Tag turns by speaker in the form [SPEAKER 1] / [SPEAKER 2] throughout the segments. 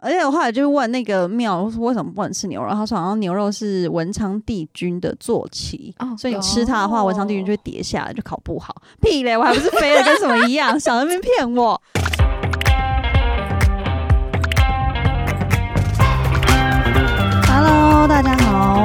[SPEAKER 1] 而且我后来就问那个庙，我说为什么不能吃牛肉？他说好像牛肉是文昌帝君的坐骑，
[SPEAKER 2] 哦
[SPEAKER 1] 所以你吃它的话，文昌帝君就会
[SPEAKER 2] 哦
[SPEAKER 1] 跌下来，就考不好。屁嘞，我还不是飞了跟什么一样，想在那边骗我。Hello，大家好，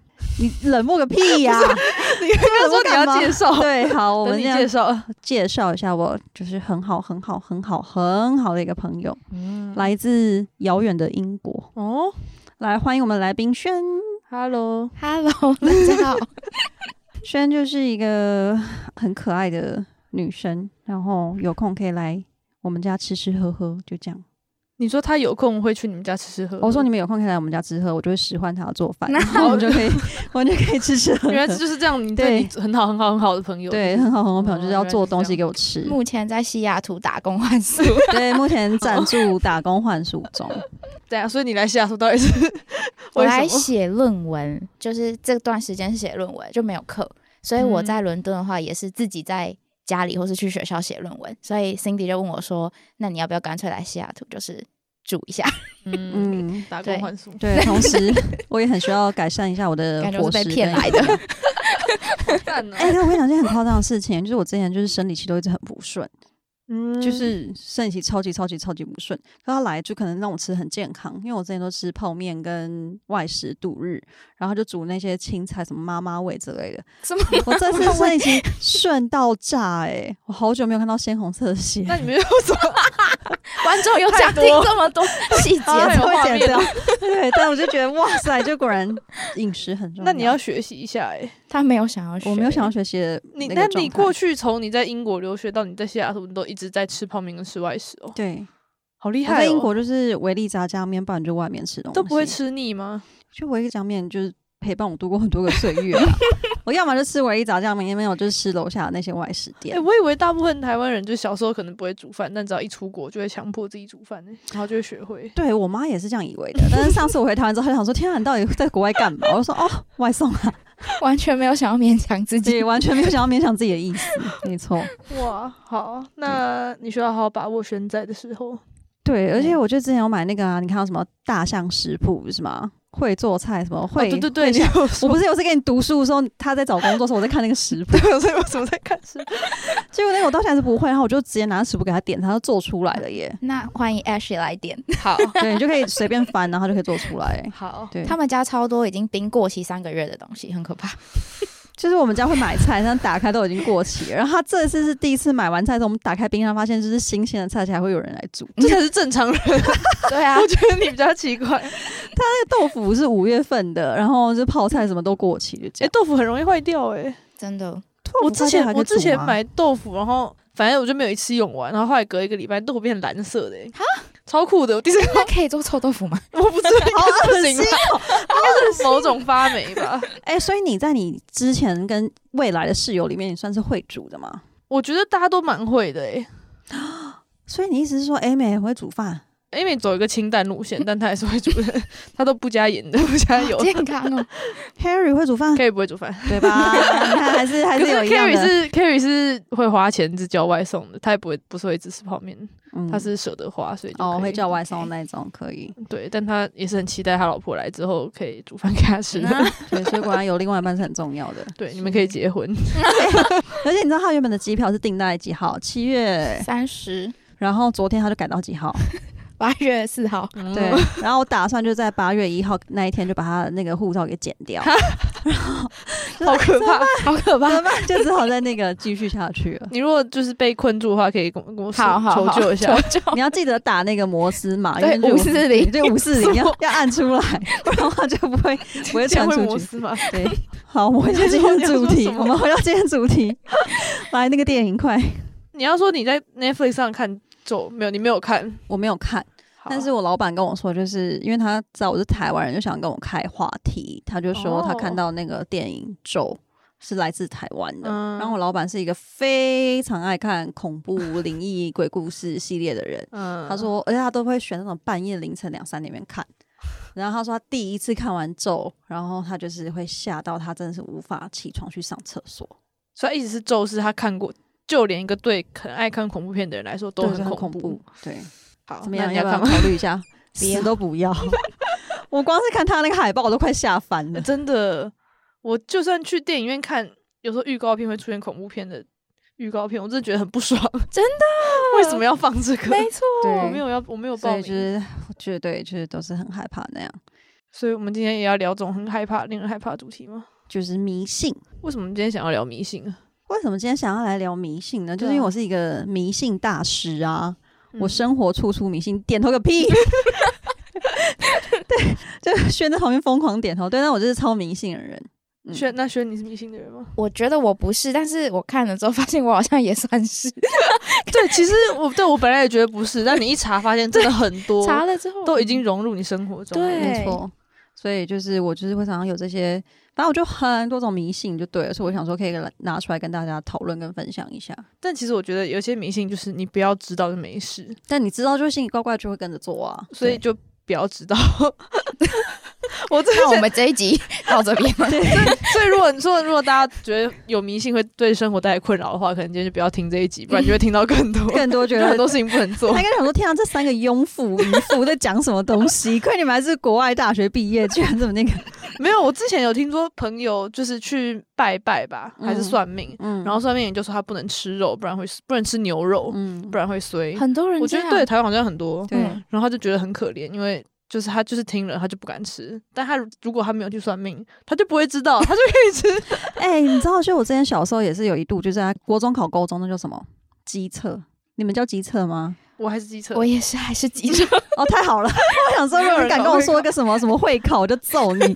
[SPEAKER 1] 你冷漠个屁 呀、
[SPEAKER 2] 你刚
[SPEAKER 1] 说 你要介
[SPEAKER 2] 绍
[SPEAKER 1] 对，好，我
[SPEAKER 2] 我
[SPEAKER 1] 们
[SPEAKER 2] 们
[SPEAKER 1] 这样
[SPEAKER 2] 介绍，
[SPEAKER 1] 介绍一下我就是很好、很好、很好、很好的一个朋友，
[SPEAKER 2] 嗯，
[SPEAKER 1] 来自遥远的英国。
[SPEAKER 2] 哦
[SPEAKER 1] 来，欢迎我们来宾轩。
[SPEAKER 2] ，Hello，
[SPEAKER 3] Hello，大 家好。
[SPEAKER 1] 轩就是一个很可爱的女生，然后有空可以来我们家吃吃喝喝，就这样。哦
[SPEAKER 2] 你说他有空会去你们家吃吃喝喝？
[SPEAKER 1] 我说你们有空可以来我们家吃喝，我就会使唤她做 饭，
[SPEAKER 3] 那
[SPEAKER 1] 然后我们就可以， 我们就可以吃吃喝
[SPEAKER 2] 原来 这
[SPEAKER 1] 喝。
[SPEAKER 2] 就是这样，你对你很好很好很好的朋友，
[SPEAKER 1] 对，很好很好朋友，
[SPEAKER 2] 哦
[SPEAKER 1] 就是要做东西给我吃。
[SPEAKER 3] 目前在西雅图打工 换宿，
[SPEAKER 1] 对，目前暂住打工换宿中。
[SPEAKER 2] 对啊，所以你来西雅图到底 是
[SPEAKER 3] 我
[SPEAKER 2] 为什
[SPEAKER 3] 来
[SPEAKER 2] 么？
[SPEAKER 3] 写论文，就是这段时间是写论文，就没有课，所以我
[SPEAKER 1] 嗯
[SPEAKER 3] 在伦敦的话也是自己在家里或是去学校写论文。所以 Cindy 就问我说：“那你要不要干脆来西雅图，就是住一下
[SPEAKER 2] 嗯，
[SPEAKER 1] 嗯，
[SPEAKER 2] 打工
[SPEAKER 3] 对
[SPEAKER 2] 换 宿，
[SPEAKER 1] 对，同时我也很需要改善一下我？”的
[SPEAKER 3] 感觉
[SPEAKER 1] 伙
[SPEAKER 3] 我
[SPEAKER 1] 食
[SPEAKER 3] 是
[SPEAKER 1] 跟
[SPEAKER 3] 被
[SPEAKER 1] 饮
[SPEAKER 3] 骗来
[SPEAKER 1] 料
[SPEAKER 3] 的。
[SPEAKER 2] 赞哦
[SPEAKER 1] 哎、但我跟你讲一件很夸张的事情，就是我之前就是生理期都一直很不顺，
[SPEAKER 2] 嗯
[SPEAKER 1] 就是生理期超级超级超级不顺。可他来就可能让我吃很健康，因为我之前都吃泡面跟外食度日，然后就煮那些青菜什么妈妈味之类的。
[SPEAKER 3] 什么？
[SPEAKER 1] 我这次生理期顺到炸哎、我好久没有看到鲜红色的血。
[SPEAKER 2] 那你们又怎 么？
[SPEAKER 3] 观众有想听这么多 细节
[SPEAKER 1] 好
[SPEAKER 2] 好
[SPEAKER 1] 这
[SPEAKER 2] 有
[SPEAKER 3] 吗？
[SPEAKER 1] 会
[SPEAKER 2] 画
[SPEAKER 1] 剪
[SPEAKER 2] 面
[SPEAKER 1] 掉，对，但我就觉得哇塞，就果然饮食很重要。
[SPEAKER 2] 那你要学习一下哎、
[SPEAKER 3] 他没有想要学，
[SPEAKER 1] 我没有想要学习的
[SPEAKER 2] 你
[SPEAKER 1] 个
[SPEAKER 2] 那
[SPEAKER 1] 状
[SPEAKER 2] 你
[SPEAKER 1] 态
[SPEAKER 2] 过去从你在英国留学到你在西雅图，你都一直在吃泡面跟吃外食哦，
[SPEAKER 1] 对，
[SPEAKER 2] 好厉
[SPEAKER 1] 我
[SPEAKER 2] 害、哦！
[SPEAKER 1] 在英国就是维力炸酱面，不然就外面吃东西，
[SPEAKER 2] 都不会。吃腻吗？
[SPEAKER 1] 就维力炸酱面就是陪伴我度过很多个岁月 啊、我要么就吃维力炸酱面，要么我就吃楼下的那些外食
[SPEAKER 2] 哎、
[SPEAKER 1] 店。
[SPEAKER 2] 我以为大部分台湾人就小时候可能不会煮饭，但只要一出国就会强迫自己煮饭、欸，然后就会学会。
[SPEAKER 1] 对我妈也是这样以为的，但是上次我回台湾之后，她就想说：“天啊，你到底在国外干嘛？”我就说：“哦，外送啊，
[SPEAKER 3] 完全没有想要勉强自己
[SPEAKER 1] 也。完全没有想要勉强自己的意思。”没 错，
[SPEAKER 2] 哇，好，那你需要好好把握现在的时候。
[SPEAKER 1] 对，而且我就之前有买那个啊，你看到什么大象食谱是吗？会做菜什么
[SPEAKER 2] 哦，
[SPEAKER 1] 会、
[SPEAKER 2] 对对对， 你有
[SPEAKER 1] 我
[SPEAKER 2] 说
[SPEAKER 1] 不是有次给你读书的时候，他在找工作的时候，我在看那个食 谱，
[SPEAKER 2] 对，所以我怎么在看是？
[SPEAKER 1] 结果那个我到现在是不会，然后我就直接拿食谱给他点，他就做出来了 耶。
[SPEAKER 3] 那欢迎 Ashley 来点，
[SPEAKER 2] 好
[SPEAKER 1] 对，你就可以随便翻，然后就可以做出来。
[SPEAKER 2] 好，
[SPEAKER 1] 对，
[SPEAKER 3] 他们家超多已经冰过期三个月的东西，很可怕。
[SPEAKER 1] 就是我们家会买菜，但打开都已经过期了。然后他这次是第一次买完菜之后，我们打开冰箱发现就是新鲜的菜才会有人来煮。
[SPEAKER 2] 这才是正常人。
[SPEAKER 3] 对啊
[SPEAKER 2] 我，觉得你比较奇怪。
[SPEAKER 1] 那 豆腐是五月份的，然后就是泡菜什么都过期，就这
[SPEAKER 2] 哎、
[SPEAKER 1] 样。
[SPEAKER 2] 豆腐很容易坏掉、欸，
[SPEAKER 3] 真的，
[SPEAKER 2] 我之前我之前
[SPEAKER 1] 豆腐坏掉还可以煮吗
[SPEAKER 2] 买豆腐，然后反正我就没有一次用完，然后后来隔一个礼拜豆腐变蓝色的、欸，超酷的！我第一次看
[SPEAKER 3] 那可以做臭豆腐 吗？
[SPEAKER 2] 我不知道
[SPEAKER 1] 好
[SPEAKER 2] 不
[SPEAKER 1] 恶
[SPEAKER 2] 行
[SPEAKER 1] 心啊
[SPEAKER 2] 吧，应该是某种发霉吧。
[SPEAKER 1] 哎、所以你在你之前跟未来的室友里面，你算是会煮的吗？
[SPEAKER 2] 我觉得大家都蛮会的、欸，
[SPEAKER 1] 所以你意思是说 Amy 也会煮饭？
[SPEAKER 2] 哎，因为走一个清淡 路线，但他还是会煮的，他都不加盐的，不加油，
[SPEAKER 3] 健康 哦，
[SPEAKER 1] Harry 会煮饭，
[SPEAKER 2] Carry 不会煮饭。
[SPEAKER 1] 对 吧？你看还是还
[SPEAKER 2] 可
[SPEAKER 1] 是
[SPEAKER 2] 是
[SPEAKER 1] 有一样
[SPEAKER 2] Carry
[SPEAKER 1] 的。
[SPEAKER 2] 是 Carry 是会花钱只叫外送的，他也不会不是会只吃泡面，
[SPEAKER 1] 嗯
[SPEAKER 2] 他是舍得花，所以就
[SPEAKER 1] 哦，
[SPEAKER 2] 可以
[SPEAKER 1] 会叫外送的那种可以。
[SPEAKER 2] 对，但他也是很期待他老婆来之后可以煮饭给 他吃的。
[SPEAKER 1] 对，所以果然有另外一半是很重要的。
[SPEAKER 2] 对，你们可以结婚。
[SPEAKER 1] 而且你知道他原本的机票是订在几号？七月，
[SPEAKER 3] 三十
[SPEAKER 1] 然后昨天他就改到几号？
[SPEAKER 3] 八月四号，
[SPEAKER 2] 嗯
[SPEAKER 1] 对，然后我打算就在八月一号那一天就把他的那个护照给剪掉，
[SPEAKER 2] 好可怕！
[SPEAKER 3] 好可怕！
[SPEAKER 1] 怎么办 就只好在那个继续下去 了。
[SPEAKER 2] 你如果就是被困住的话，可以跟我跟我说
[SPEAKER 3] 好好好
[SPEAKER 2] 求救一下。
[SPEAKER 3] 求救
[SPEAKER 1] 你要记得打那个摩斯码，
[SPEAKER 3] 对
[SPEAKER 1] 因为就是
[SPEAKER 3] 540
[SPEAKER 1] 对五四零要要按出来，不然的话就不会不会
[SPEAKER 2] 这
[SPEAKER 1] 传
[SPEAKER 2] 样会
[SPEAKER 1] 出
[SPEAKER 2] 摩
[SPEAKER 1] 去。
[SPEAKER 2] 斯吗？
[SPEAKER 1] 对，好，我们回到今天的主
[SPEAKER 2] 你
[SPEAKER 1] 题，
[SPEAKER 2] 要说什么
[SPEAKER 1] 我们回到今天的主题， 来那个电影快，
[SPEAKER 2] 你要说你在 Netflix 上看咒没有？你没有 看，啊
[SPEAKER 1] 我没有看，但是我老板跟我说，就是因为他知道我是台湾人，就想跟我开话题。他就说他看
[SPEAKER 2] 哦
[SPEAKER 1] 到那个电影《咒》是来自台湾的，
[SPEAKER 2] 嗯
[SPEAKER 1] 然后我老板是一个非常爱看恐怖、灵异、鬼故事系列 的人。
[SPEAKER 2] 嗯
[SPEAKER 1] 他说，而且他都会选那种半夜凌晨两三点边 看。然后他说，他第一次看完《咒》，然后他就是会吓到他，真的是无法起床去上厕所，
[SPEAKER 2] 所以他一直是咒是他看过，就连一个对很爱看恐怖片的人来说都
[SPEAKER 1] 对就
[SPEAKER 2] 很
[SPEAKER 1] 很恐
[SPEAKER 2] 怖。。
[SPEAKER 1] 对，
[SPEAKER 2] 好，
[SPEAKER 1] 怎么样？
[SPEAKER 2] 那
[SPEAKER 1] 你
[SPEAKER 2] 你
[SPEAKER 1] 要
[SPEAKER 2] 要
[SPEAKER 1] 不要
[SPEAKER 2] 看吗？
[SPEAKER 1] 考虑一下？
[SPEAKER 3] 不要
[SPEAKER 1] 死都不要！我光是看他那个海报，我都快吓翻了。
[SPEAKER 2] 真的，我就算去电影院看，有时候预告片会出现恐怖片的预告片，我真的觉得很不爽。
[SPEAKER 3] 真
[SPEAKER 2] 的？ 为什么要放这个？
[SPEAKER 3] 没错，
[SPEAKER 2] 我没有要，我没有报
[SPEAKER 1] 所
[SPEAKER 2] 名。
[SPEAKER 1] 以就是绝对就是都是很害怕那样，
[SPEAKER 2] 所以我们今天也要聊这种很害怕、令人害怕的主题吗？
[SPEAKER 1] 就是迷信。
[SPEAKER 2] 为什么我们今天想要聊迷信啊？
[SPEAKER 1] 为什么今天想要来聊迷信呢？就
[SPEAKER 2] 对啊
[SPEAKER 1] 是因为我是一个迷信大师啊，我
[SPEAKER 2] 嗯
[SPEAKER 1] 生活处处迷信，点头个屁！对，就轩在旁边疯狂点头。对，但我就是超迷信的人。嗯
[SPEAKER 2] 轩，那轩你是迷信的人吗？
[SPEAKER 3] 我觉得我不是，但是我看了之后发现我好像也算是。
[SPEAKER 2] 对，其实我对我本来也觉得不是，但你一查发现真的很多，
[SPEAKER 3] 查了之后
[SPEAKER 2] 都已经融入你生活中了。
[SPEAKER 3] 对
[SPEAKER 1] 没错。所以就是我就是会常常有这些，反正我就很多种迷信就对了，所以我想说可以来拿出来跟大家讨论跟分享一下。
[SPEAKER 2] 但其实我觉得有些迷信就是你不要知道就没事，
[SPEAKER 1] 但你知道，就心里怪怪就会跟着做啊，
[SPEAKER 2] 所以就不 要知道。 我真的
[SPEAKER 3] 那
[SPEAKER 2] 觉
[SPEAKER 3] 我
[SPEAKER 2] 得，
[SPEAKER 3] 们这一 集到这边，
[SPEAKER 2] 所以如果你说如果大家觉得有迷信会对生活带来困扰的话，可能今天就不要听这一集，不然就会听到更多
[SPEAKER 1] 对更多觉
[SPEAKER 2] 就
[SPEAKER 1] 得
[SPEAKER 2] 很多事情不能做
[SPEAKER 1] 他。应该想说：“天啊，这三个庸妇、渔夫在讲什么东西？ 亏你们还是国外大学毕业，居然这么 那个。
[SPEAKER 2] 没有，我之前有听说朋友就是去拜拜吧，还是
[SPEAKER 1] 嗯
[SPEAKER 2] 算命”，
[SPEAKER 1] 嗯
[SPEAKER 2] 然后算命也就说他不能吃肉，不然会不能吃牛肉，
[SPEAKER 1] 嗯
[SPEAKER 2] 不，然会衰。
[SPEAKER 3] 很多人
[SPEAKER 2] 我觉
[SPEAKER 1] 啊
[SPEAKER 2] 得对台湾好像很多，
[SPEAKER 1] 对
[SPEAKER 3] 嗯
[SPEAKER 2] 然后他就觉得很可怜，因为就是他就是听了他就不敢吃，但他如如果他没有去算命，他就不 会知道，他就可以吃。
[SPEAKER 1] 哎、你知道，就我之前小时候也是有一度，就在国中考高中，那叫什么机测？你们叫机测吗？
[SPEAKER 2] 我还是机车，
[SPEAKER 3] 我也是，还是急 着
[SPEAKER 1] 哦，太好了！我想说，如果你敢跟我说个什么什么会考，我就揍 你。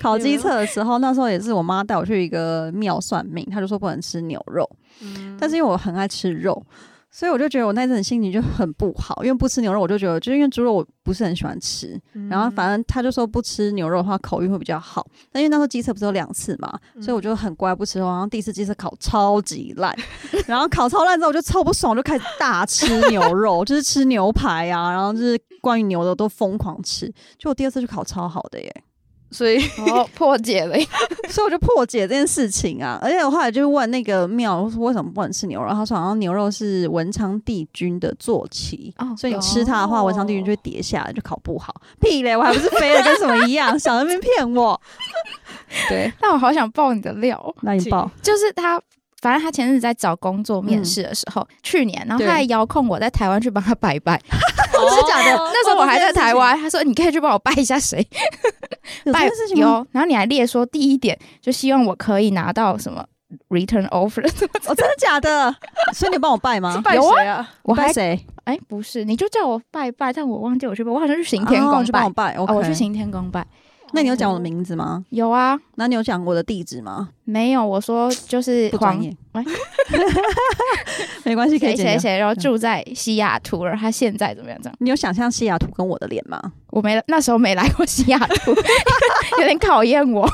[SPEAKER 1] 考机测的时候，那时候也是我妈带我去一个庙算命，她就说不能吃牛肉，
[SPEAKER 2] 嗯
[SPEAKER 1] 但是因为我很爱吃肉，所以我就觉得我那阵心情就很不好，因为不吃牛肉，我就觉得就是因为猪肉我不是很喜欢吃，
[SPEAKER 2] 嗯
[SPEAKER 1] 然后反正他就说不吃牛肉的话口运会比较好，但因为那时候机测不是有两次嘛，所以我就很乖不吃肉，然后第一次机测考超级烂， 然后考超烂之后我就超不爽，我就开始大吃牛肉， 就是吃牛排啊，然后就是关于牛的都疯狂吃，就我第二次就考超好的耶，
[SPEAKER 2] 嗯所以
[SPEAKER 3] 哦破解了，
[SPEAKER 1] 所以我就破解这件事情啊，而且我后来就问那个庙，我说为什么不能吃牛肉？他说好像牛肉是文昌帝君的坐骑，
[SPEAKER 3] 哦
[SPEAKER 1] 所以你吃它的话，文昌帝君就会
[SPEAKER 3] 哦
[SPEAKER 1] 跌下来，就考不好。屁嘞，我还不是飞了跟什么一样，想在那边骗我。对，
[SPEAKER 3] 但我好想爆你的料，
[SPEAKER 1] 那你 报
[SPEAKER 3] 就是他。反正他前阵子在找工作面试的时候，
[SPEAKER 2] 嗯
[SPEAKER 3] 去年，然后
[SPEAKER 1] 对
[SPEAKER 3] 他还遥控我在台湾去帮他拜拜。
[SPEAKER 2] 哦是
[SPEAKER 1] 假的哦
[SPEAKER 3] 那时候我
[SPEAKER 2] 哦
[SPEAKER 3] 还在台湾，他说你可以去帮我拜一下谁，
[SPEAKER 1] 有这
[SPEAKER 3] 拜
[SPEAKER 1] 件事情吗？
[SPEAKER 3] 有。然后你还列说第一点就希望我可以拿到什么 return offer，
[SPEAKER 1] 哦，真的假的？所以你帮我拜吗？
[SPEAKER 2] 拜
[SPEAKER 3] 有啊
[SPEAKER 2] 谁啊？
[SPEAKER 3] 我
[SPEAKER 1] 你拜
[SPEAKER 3] 还
[SPEAKER 1] 谁？
[SPEAKER 3] 哎不是，你就叫我拜拜，但我忘记我去拜，我好像去行
[SPEAKER 1] 哦
[SPEAKER 3] 天宫
[SPEAKER 1] 就
[SPEAKER 3] 拜
[SPEAKER 1] 帮我，拜。
[SPEAKER 3] 哦，
[SPEAKER 1] OK
[SPEAKER 3] 我去。行天宫拜，
[SPEAKER 1] 那你有讲我的名字吗？
[SPEAKER 3] 有啊，
[SPEAKER 1] 那你有讲我的地址吗？
[SPEAKER 3] 没有，我说就是
[SPEAKER 1] 不专
[SPEAKER 3] 黄
[SPEAKER 1] 业
[SPEAKER 3] 哎，
[SPEAKER 1] 没关系，可以
[SPEAKER 3] 谁
[SPEAKER 1] 剪掉
[SPEAKER 3] 谁。谁，然后住在西雅图，然后他现在怎么样？这样
[SPEAKER 1] 你有想象西雅图跟我的脸吗？
[SPEAKER 3] 我没那时候没来过西雅图， 有点考验我。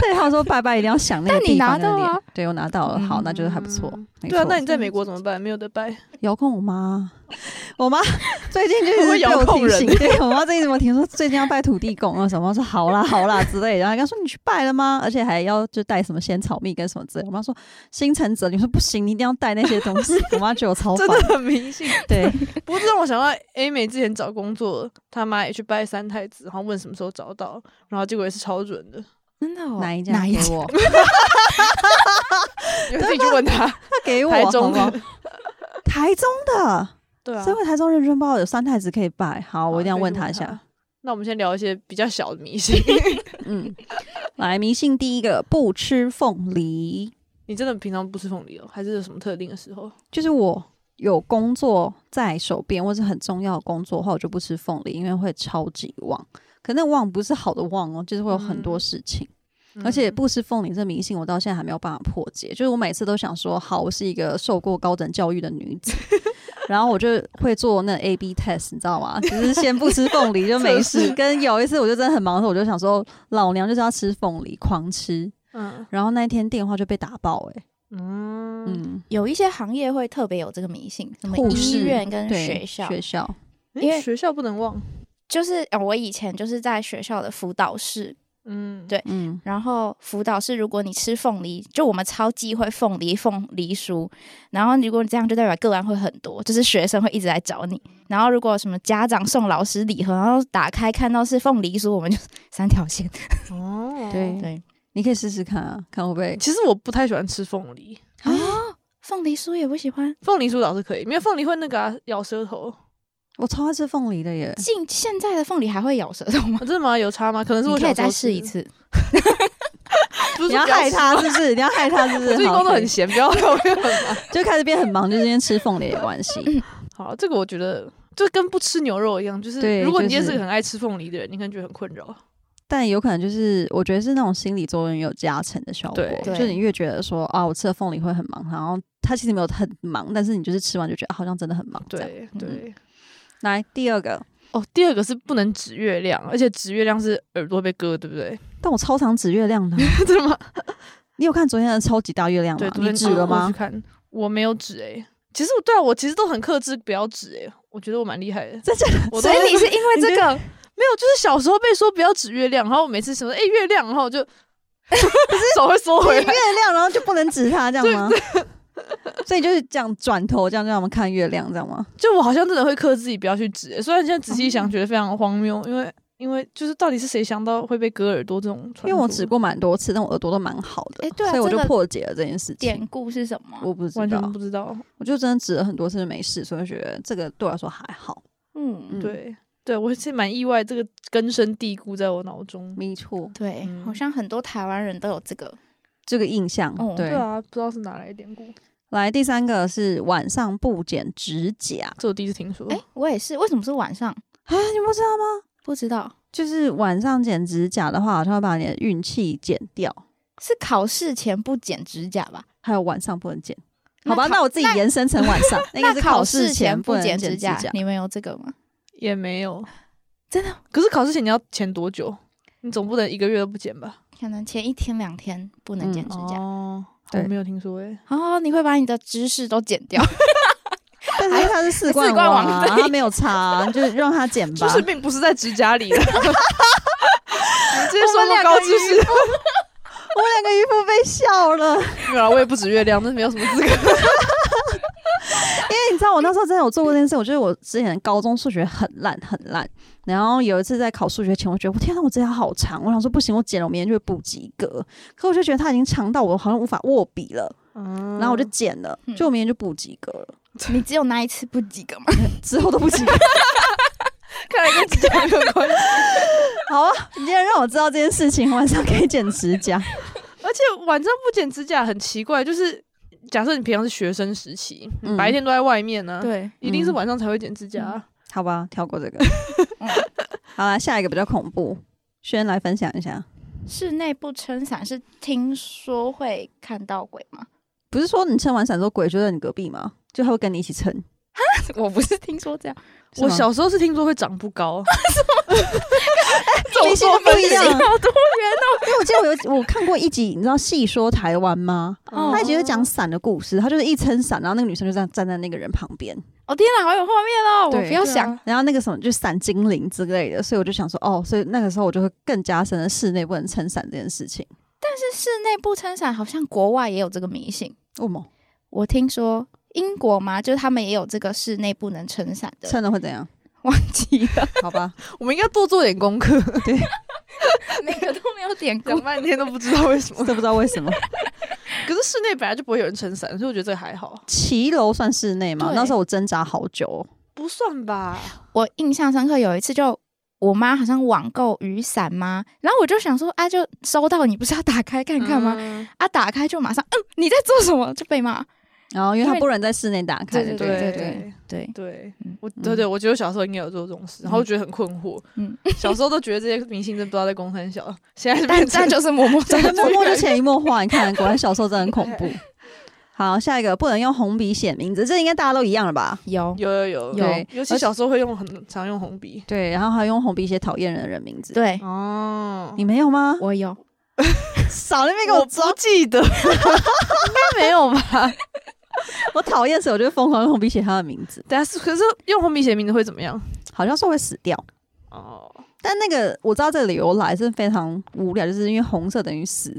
[SPEAKER 1] 对，他说拜拜一定要想那个
[SPEAKER 3] 但你
[SPEAKER 1] 地方
[SPEAKER 3] 拿
[SPEAKER 1] 的
[SPEAKER 3] 到
[SPEAKER 1] 脸。
[SPEAKER 3] 啊嗯
[SPEAKER 1] 对我拿到了，好，那就是还不错。没
[SPEAKER 2] 对啊，
[SPEAKER 1] 错
[SPEAKER 2] 那你在美国怎么办？没有得拜，
[SPEAKER 1] 遥控我 妈，我妈 最近就
[SPEAKER 2] 我
[SPEAKER 1] 是
[SPEAKER 2] 会
[SPEAKER 1] 被
[SPEAKER 2] 遥
[SPEAKER 1] 我
[SPEAKER 2] 控
[SPEAKER 1] 提
[SPEAKER 2] 人
[SPEAKER 1] 醒，对我妈最近怎么听说最近要拜土地公啊什么，我说好啦好啦之类的，然后她说你去拜了吗？而且还要就带什么仙草蜜跟什么之类的，我妈说心诚则灵，我说不行，你一定要带那些东西，我妈觉得我超
[SPEAKER 2] 真
[SPEAKER 1] 烦
[SPEAKER 2] 的，很迷信。
[SPEAKER 1] 对，
[SPEAKER 2] 不过这让我想到 A 美之前找工作，他妈也去拜三太子，然后问什么时候找到，然后结果也是超准 的，
[SPEAKER 3] 真的、哦
[SPEAKER 1] 哪一家
[SPEAKER 3] 哪一
[SPEAKER 1] 给我？
[SPEAKER 2] 你们自己去问他。
[SPEAKER 1] 她啊给我
[SPEAKER 2] 台中
[SPEAKER 1] 好不
[SPEAKER 2] 的
[SPEAKER 1] 好，台中的，
[SPEAKER 2] 对啊
[SPEAKER 1] 这，位台中人真不知道有三太子可以拜，好，我一定要
[SPEAKER 2] 可以
[SPEAKER 1] 问
[SPEAKER 2] 去
[SPEAKER 1] 他一下。。
[SPEAKER 2] 那我们先聊一些比较小的迷信。
[SPEAKER 1] 嗯，来迷信第一个不吃凤梨。
[SPEAKER 2] 你真的平常不吃凤梨哦，还是有什么特定的时候？
[SPEAKER 1] 就是我有工作在手边或是很重要的工作的话，我就不吃凤梨，因为会超级旺。可那旺不是好的旺哦，就是会有很多
[SPEAKER 2] 嗯
[SPEAKER 1] 事情。而且不吃凤梨这迷信，我到现在还没有办法破解。就是我每次都想说，好，我是一个受过高等教育的女 子，然后我就会做那 A B test，你知道吗？就是先不吃凤梨就没
[SPEAKER 2] 测
[SPEAKER 1] 事。
[SPEAKER 2] 试
[SPEAKER 1] 跟有一次我就真的很忙的时候，我就想说，老娘就是要吃凤梨，狂吃。
[SPEAKER 2] 嗯
[SPEAKER 1] 然后那一天电话就被打爆、欸，哎，
[SPEAKER 2] 嗯，
[SPEAKER 1] 嗯，
[SPEAKER 3] 有一些行业会特别有这个迷信，什么
[SPEAKER 1] 护
[SPEAKER 3] 医
[SPEAKER 1] 士
[SPEAKER 3] 院
[SPEAKER 2] 嗯
[SPEAKER 3] 跟
[SPEAKER 1] 对，
[SPEAKER 3] 学校，
[SPEAKER 1] 学校，
[SPEAKER 2] 因
[SPEAKER 3] 因
[SPEAKER 2] 为
[SPEAKER 3] 为
[SPEAKER 2] 学校不能忘，
[SPEAKER 3] 就是呃我以前就是在学校的辅导室，
[SPEAKER 2] 嗯，
[SPEAKER 3] 对
[SPEAKER 1] 嗯，
[SPEAKER 3] 然后辅导室如果你吃凤梨，就我们超忌讳凤梨、凤梨酥，然后如果你这样就代表个案会很多，就是学生会一直来找你，然后如果什么家长送老师礼盒，然后打开看到是凤梨酥，我们就 三条线，
[SPEAKER 2] 哦，
[SPEAKER 1] 对
[SPEAKER 3] 对
[SPEAKER 1] 你可以试试看啊，看会不会。
[SPEAKER 2] 其实我不太喜欢吃凤梨，
[SPEAKER 3] 啊。凤梨酥也不喜欢，
[SPEAKER 2] 凤梨酥倒是可以，因为凤梨会那个啊、咬 舌头。
[SPEAKER 1] 我超爱吃凤梨的耶，
[SPEAKER 3] 近现在的凤梨还会咬舌头吗
[SPEAKER 2] 啊、？真的吗？有差吗？可能是
[SPEAKER 3] 你
[SPEAKER 2] 我
[SPEAKER 3] 可
[SPEAKER 2] 小
[SPEAKER 3] 以
[SPEAKER 2] 时候
[SPEAKER 3] 再试一，次，
[SPEAKER 1] 你要
[SPEAKER 2] 不是说不要
[SPEAKER 1] 害
[SPEAKER 2] 吃。
[SPEAKER 1] 他是不是？你要害他是不
[SPEAKER 2] 我
[SPEAKER 1] 是？
[SPEAKER 2] 最近
[SPEAKER 1] 好
[SPEAKER 2] 工作
[SPEAKER 1] 可以
[SPEAKER 2] 很闲，不要我没有很忙。
[SPEAKER 1] 就开始变很忙，就是因为吃凤梨的关系。
[SPEAKER 2] 好，这个我觉得就跟不吃牛肉一样，就是
[SPEAKER 1] 对
[SPEAKER 2] 如果你今天
[SPEAKER 1] 就是
[SPEAKER 2] 是个很爱吃凤梨的人，你可能觉得很困扰。
[SPEAKER 1] 但有可能就是，我觉得是那种心理作用也有加成的效果
[SPEAKER 2] 对。
[SPEAKER 1] 就是
[SPEAKER 3] 对
[SPEAKER 1] 你越觉得说啊，我吃了凤梨会很忙，然后它其实没有很忙，但是你就是吃完就觉得、啊、好像真的很忙。这样，嗯
[SPEAKER 2] 对对。
[SPEAKER 1] 来第二个，
[SPEAKER 2] 哦，第二个是不能指月亮，而且指月亮是耳朵被割，对不对？
[SPEAKER 1] 但我超常指月亮的。啊
[SPEAKER 2] 真的吗？
[SPEAKER 1] 你有看昨天的超级大月亮
[SPEAKER 2] 对
[SPEAKER 1] 吗？，
[SPEAKER 2] 昨
[SPEAKER 1] 啊你
[SPEAKER 2] 天
[SPEAKER 1] 指了
[SPEAKER 2] 我
[SPEAKER 1] 吗
[SPEAKER 2] 去？看，我没有指哎、其实我对啊，我其实都很克制，不要指哎、我觉得我蛮厉害的。
[SPEAKER 1] 真的
[SPEAKER 2] 我都
[SPEAKER 3] 所以 你是因为这个
[SPEAKER 2] 没有，就是小时候被说不要指月亮，然后我每次想说哎、月亮，然后我就 手会缩回
[SPEAKER 1] 指月
[SPEAKER 2] 来。
[SPEAKER 1] 亮，啊然后就不能指它，这样吗？ 所以就是这样转头，这样让我们看月亮，这样吗？
[SPEAKER 2] 就我好像真的会克制自己不要去指、欸，虽然现在仔
[SPEAKER 1] 哦
[SPEAKER 2] 细想觉得非常荒谬，因为因为就是到底是谁想到会被割耳朵这种传说？
[SPEAKER 1] 因为我指过蛮多次，但我耳朵都蛮好的，
[SPEAKER 3] 诶对啊
[SPEAKER 1] 所以我就
[SPEAKER 3] 真的
[SPEAKER 1] 破解了这件事情
[SPEAKER 3] 典。故是什么？
[SPEAKER 1] 我不知
[SPEAKER 2] 完
[SPEAKER 1] 道嗯
[SPEAKER 2] 全，不知道，
[SPEAKER 1] 我就真的指了很多次就没事，所以我觉得这个对我来说还好。
[SPEAKER 3] 嗯，
[SPEAKER 1] 嗯，，
[SPEAKER 2] 对对，我是蛮意外，这个根深蒂固在我脑中。
[SPEAKER 1] 没错，
[SPEAKER 3] 对，
[SPEAKER 2] 嗯
[SPEAKER 3] 好像很多台湾人都有这个，
[SPEAKER 1] 这个印象。
[SPEAKER 3] 哦
[SPEAKER 1] 对，
[SPEAKER 2] 对啊，不知道是哪来的典故，
[SPEAKER 1] 来第三个是晚上不剪指甲
[SPEAKER 2] 这我第一次听说。
[SPEAKER 3] 哎、我也是，为什么是晚上？
[SPEAKER 1] 啊，你不知道吗？
[SPEAKER 3] 不知道，
[SPEAKER 1] 就是晚上剪指甲的话，好像会把你的运气剪掉，
[SPEAKER 3] 是考试前不剪指甲吧？
[SPEAKER 1] 还有晚上不能剪。好吧，
[SPEAKER 3] 那考
[SPEAKER 1] 那我自己延伸成晚上，那
[SPEAKER 3] 那
[SPEAKER 1] 个是
[SPEAKER 3] 考
[SPEAKER 1] 试
[SPEAKER 3] 前
[SPEAKER 1] 不
[SPEAKER 3] 不
[SPEAKER 1] 能剪
[SPEAKER 3] 指
[SPEAKER 1] 甲。
[SPEAKER 3] 你们有这个吗？
[SPEAKER 2] 也没有，
[SPEAKER 3] 真的，
[SPEAKER 2] 可是考试前你要前多久？你总不能一个月都不剪吧？
[SPEAKER 3] 可能前一天两天不能剪指甲，
[SPEAKER 2] 哦，我
[SPEAKER 1] 对
[SPEAKER 2] 没有听说哎、
[SPEAKER 3] 哦，你会把你的知识都剪 掉，
[SPEAKER 1] 但是他是四冠
[SPEAKER 3] 四冠
[SPEAKER 1] 王
[SPEAKER 3] 王
[SPEAKER 1] 啊，
[SPEAKER 3] 对
[SPEAKER 1] 他没有差啊，就让他剪吧
[SPEAKER 2] 知。识并不是在指甲里 的。你这些说
[SPEAKER 1] 我们两
[SPEAKER 2] 不
[SPEAKER 1] 个
[SPEAKER 2] 高知识，
[SPEAKER 1] 我们两个渔夫被笑了，哎
[SPEAKER 2] 没有啊，我也不指月亮，那没有什么资格。
[SPEAKER 1] 你知道我那时候真的有做过这件事，我觉得我之前高中数学很烂很烂，然后有一次在考数学前，我觉得我天呐，我指甲好长，我想说不行，我剪了我明天就会不及格，可我就觉得它已经长到我好像无法握笔了，
[SPEAKER 2] 嗯
[SPEAKER 1] 然后我就剪了，
[SPEAKER 3] 嗯
[SPEAKER 1] 就我明天就不及格了，
[SPEAKER 3] 你只有那一次不及 格吗？
[SPEAKER 1] 之后都不及格。
[SPEAKER 2] 看来跟指甲没有关系。
[SPEAKER 1] 好啊，你竟然让我知道这件事情，晚上可以剪指甲，
[SPEAKER 2] 而且晚上不剪指甲很奇怪，就是假设你平常是学生时期，
[SPEAKER 1] 嗯
[SPEAKER 2] 白天都在外面呢、
[SPEAKER 3] 对，
[SPEAKER 2] 一定是晚上才会剪指甲啊。
[SPEAKER 1] 好吧，跳过这个
[SPEAKER 3] 嗯。
[SPEAKER 1] 好啦，下一个比较恐怖，轩来分享一下。
[SPEAKER 3] 室内不撑伞是听说会看到鬼吗？
[SPEAKER 1] 不是说你撑完伞之后鬼就在你隔壁吗？就他会跟你一起撑。
[SPEAKER 3] 我不是听说这 样，
[SPEAKER 1] 是
[SPEAKER 2] 我
[SPEAKER 1] 吗
[SPEAKER 2] 小时候是听说会长不 高，啊
[SPEAKER 1] 明
[SPEAKER 2] 总
[SPEAKER 1] 星
[SPEAKER 2] 说
[SPEAKER 1] 不一样
[SPEAKER 2] 明星好多
[SPEAKER 1] 因为我记得我有我看过一集，你知道《细说台湾》吗？
[SPEAKER 3] 哦
[SPEAKER 1] 他一集就讲伞的故事，他就是一撑伞，然后那个女生就这样站在那个人旁边，
[SPEAKER 3] 哦天哪，好有画面哦！我
[SPEAKER 1] 对啊
[SPEAKER 3] 不要想，
[SPEAKER 1] 然后那个什么就伞精灵之类的，所以我就想说，哦，所以那个时候我就会更加深了室内不能撑伞这件事情。
[SPEAKER 3] 是室内不撑伞，好像国外也有这个迷信。
[SPEAKER 1] 哦么
[SPEAKER 3] 我听说英国嘛，就是他们也有这个室内不能撑伞的，
[SPEAKER 1] 撑了会怎 样？
[SPEAKER 3] 忘记了
[SPEAKER 1] 好吧，
[SPEAKER 2] 我们应该多做点功课。
[SPEAKER 3] 每个都没有点
[SPEAKER 2] 讲
[SPEAKER 3] 过。
[SPEAKER 2] 半天都不知道为什
[SPEAKER 1] 都
[SPEAKER 2] 么。
[SPEAKER 1] 不知道为什么。
[SPEAKER 2] 可是室内本来就不会有人撑伞，所以我觉得这个还好，
[SPEAKER 1] 骑楼算室内吗？
[SPEAKER 3] 对
[SPEAKER 1] 那时候我挣扎好久哦，
[SPEAKER 2] 不算吧？
[SPEAKER 3] 我印象深刻，有一次就我妈好像网购雨伞吗？然后我就想说啊，就收到你不是要打开看看吗？
[SPEAKER 2] 嗯
[SPEAKER 3] 啊，打开就马上嗯，你在做什么？就被骂。
[SPEAKER 1] 然后因为
[SPEAKER 3] 因
[SPEAKER 1] 它
[SPEAKER 3] 为
[SPEAKER 1] 不能在室内打开，
[SPEAKER 3] 对
[SPEAKER 1] 不
[SPEAKER 3] 对
[SPEAKER 2] 对
[SPEAKER 3] 对对，
[SPEAKER 2] 对
[SPEAKER 3] 嗯
[SPEAKER 2] 我对对，我觉得我小时候应该有做这种事，然后我觉得很困惑。
[SPEAKER 3] 嗯，
[SPEAKER 2] 小时候都觉得这些明星真不知道在公山小，现在是
[SPEAKER 3] 但
[SPEAKER 2] 变成
[SPEAKER 3] 但就是默 默在
[SPEAKER 1] 对，
[SPEAKER 3] 做
[SPEAKER 1] 默默就潜移默化。你看，果然小时候真的很恐 怖。好，下一个不能用红笔写名字，这应该大家都一样了吧？
[SPEAKER 3] 有
[SPEAKER 2] 有有有
[SPEAKER 1] 对
[SPEAKER 2] 尤其小时候会用很常用红笔。
[SPEAKER 1] 对，然后还用红笔写讨厌人的人名字。，
[SPEAKER 3] 对，
[SPEAKER 2] 哦，
[SPEAKER 1] 你没有吗？
[SPEAKER 3] 我有，
[SPEAKER 1] 少那边给
[SPEAKER 2] 我
[SPEAKER 1] 我
[SPEAKER 2] 不记得，
[SPEAKER 1] 没有吧？我讨厌谁，我就疯狂用红笔写他的名字，
[SPEAKER 2] 但是可是用红笔写名字会怎么样？
[SPEAKER 1] 好像是会死掉。
[SPEAKER 2] 哦，
[SPEAKER 1] 但那个我知道这个理由来是非常无聊，就是因为红色等于死，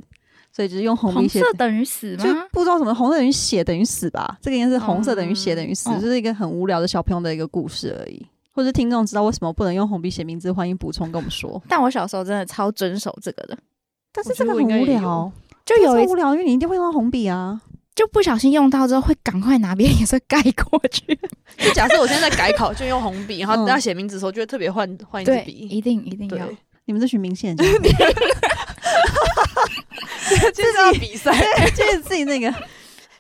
[SPEAKER 1] 所以就是用红笔
[SPEAKER 3] 红
[SPEAKER 1] 写。
[SPEAKER 3] 色等于死
[SPEAKER 1] 就
[SPEAKER 3] 吗？
[SPEAKER 1] 不知道什么红色等于血等于死吧，这个应该是红色等于血
[SPEAKER 2] 嗯
[SPEAKER 1] 等于死，
[SPEAKER 3] 嗯
[SPEAKER 1] 就是一个很无聊的小朋友的一个故事而已。或者听众知道为什么不能用红笔写名字，欢迎补充跟我们说。
[SPEAKER 3] 但我小时候真的超遵守这个的，
[SPEAKER 1] 但是
[SPEAKER 2] 我觉
[SPEAKER 1] 这个
[SPEAKER 2] 得我应
[SPEAKER 1] 很
[SPEAKER 2] 该
[SPEAKER 1] 无
[SPEAKER 2] 也有
[SPEAKER 1] 聊，
[SPEAKER 3] 就
[SPEAKER 1] 这个
[SPEAKER 3] 有一
[SPEAKER 1] 超无聊，因为你一定会用到红笔啊。
[SPEAKER 3] 就不小心用到之后，会赶快拿别人颜色盖过去。
[SPEAKER 2] 就假设我现在在改考，就用红笔，然后
[SPEAKER 1] 嗯
[SPEAKER 2] 大家写名字的时候就会特别换换一支
[SPEAKER 3] 对，
[SPEAKER 2] 笔。
[SPEAKER 3] 一定一定
[SPEAKER 2] 对
[SPEAKER 3] 要。，
[SPEAKER 1] 你们这群明显 人，自
[SPEAKER 2] 这是要比赛。
[SPEAKER 1] 己就是自己那个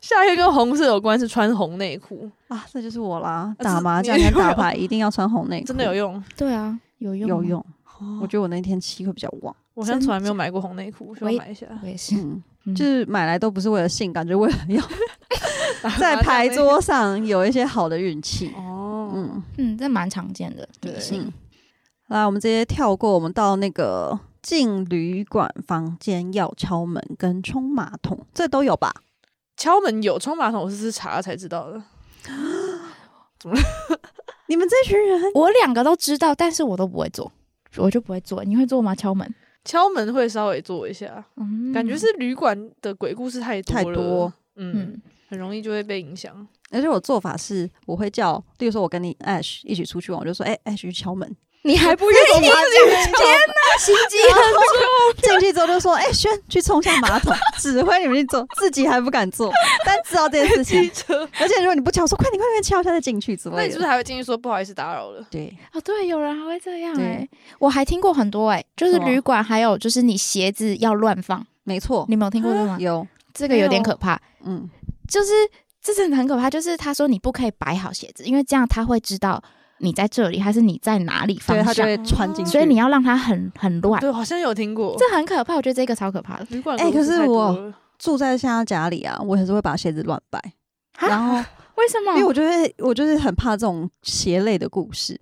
[SPEAKER 2] 下一个跟红色有关是穿红内裤，
[SPEAKER 1] 啊，这就是我啦。
[SPEAKER 2] 这
[SPEAKER 1] 打麻将
[SPEAKER 2] 你有
[SPEAKER 1] 跟打牌一定要穿红内裤，哦
[SPEAKER 2] 真的有用。
[SPEAKER 3] 对啊，有用，
[SPEAKER 1] 有。用。我
[SPEAKER 2] 我
[SPEAKER 1] 觉得我那天气会比较旺，
[SPEAKER 2] 我现在从来没有买过红内裤，我需要买一下。
[SPEAKER 3] 我也是，
[SPEAKER 1] 嗯，
[SPEAKER 3] 嗯
[SPEAKER 1] 就是买来都不是为了性感，就是为了要 在牌桌上有一些好的运气。
[SPEAKER 2] 哦，嗯，
[SPEAKER 1] 嗯。
[SPEAKER 3] 嗯，这蛮常见的
[SPEAKER 2] 对
[SPEAKER 3] 迷信。
[SPEAKER 1] 嗯，来，我们直接跳过，我们到那个进旅馆房间要敲门跟冲马桶，这都有吧？
[SPEAKER 2] 敲门有冲马桶，我是是查了才知道的。
[SPEAKER 1] 你们这群人
[SPEAKER 3] 我两个都知道，但是我都不会做，我就不会做。你会做吗？敲门？
[SPEAKER 2] 敲门会稍微做一下，
[SPEAKER 3] 嗯，
[SPEAKER 2] 感觉是旅馆的鬼故事太多
[SPEAKER 1] 太
[SPEAKER 2] 了，
[SPEAKER 1] 多，
[SPEAKER 2] 嗯，
[SPEAKER 3] 嗯，
[SPEAKER 2] 很容易就会被影 响。
[SPEAKER 1] 而且我做法是，我会叫，例如说我跟你 Ash 一起出去玩，我就说，哎、a s h 去敲门，
[SPEAKER 3] 你还不愿
[SPEAKER 1] 我
[SPEAKER 3] 意？
[SPEAKER 1] 天
[SPEAKER 3] 哪，心机
[SPEAKER 1] 进去之后就说，哎、轩去冲下马桶，指挥你们去做，自己还不敢做，但知道这件事
[SPEAKER 2] 汽
[SPEAKER 1] 情，
[SPEAKER 2] 车，
[SPEAKER 1] 而且如果你不敲，说快点快点敲一下再进去之
[SPEAKER 2] 那
[SPEAKER 1] 类
[SPEAKER 2] 你是不
[SPEAKER 1] 的，
[SPEAKER 2] 是还会进去说不好意思打扰了？
[SPEAKER 1] 对，
[SPEAKER 3] 哦，对，有人还会这样
[SPEAKER 1] 对
[SPEAKER 3] 哎、我还听过很多哎、就是
[SPEAKER 1] 什么
[SPEAKER 3] 旅馆还有就是你鞋子要乱放，
[SPEAKER 1] 没错，
[SPEAKER 3] 啊你没有听过这个吗？
[SPEAKER 1] 有，
[SPEAKER 3] 这个有点
[SPEAKER 2] 没有
[SPEAKER 3] 可怕，
[SPEAKER 1] 嗯，
[SPEAKER 3] 就是这真的很可怕。就是他说你不可以摆好鞋子，因为这样他会知道你在这里还是你在哪里
[SPEAKER 1] 对，
[SPEAKER 3] 方
[SPEAKER 1] 他就
[SPEAKER 3] 向，
[SPEAKER 1] 会穿进去，
[SPEAKER 3] 所以你要让它很很乱，
[SPEAKER 2] 对，好像有听过。
[SPEAKER 3] 这很可怕。我觉得这个超可怕的。
[SPEAKER 2] 旅馆
[SPEAKER 1] 哎
[SPEAKER 2] 鬼故
[SPEAKER 1] 可
[SPEAKER 2] 事
[SPEAKER 1] 是
[SPEAKER 2] 太多
[SPEAKER 1] 我
[SPEAKER 2] 了
[SPEAKER 1] 住在现在家里啊，我还是会把鞋子乱摆，
[SPEAKER 3] 哈
[SPEAKER 1] 然后。
[SPEAKER 3] 为什么？
[SPEAKER 1] 因为我就会，我就是很怕这种鞋类的故事，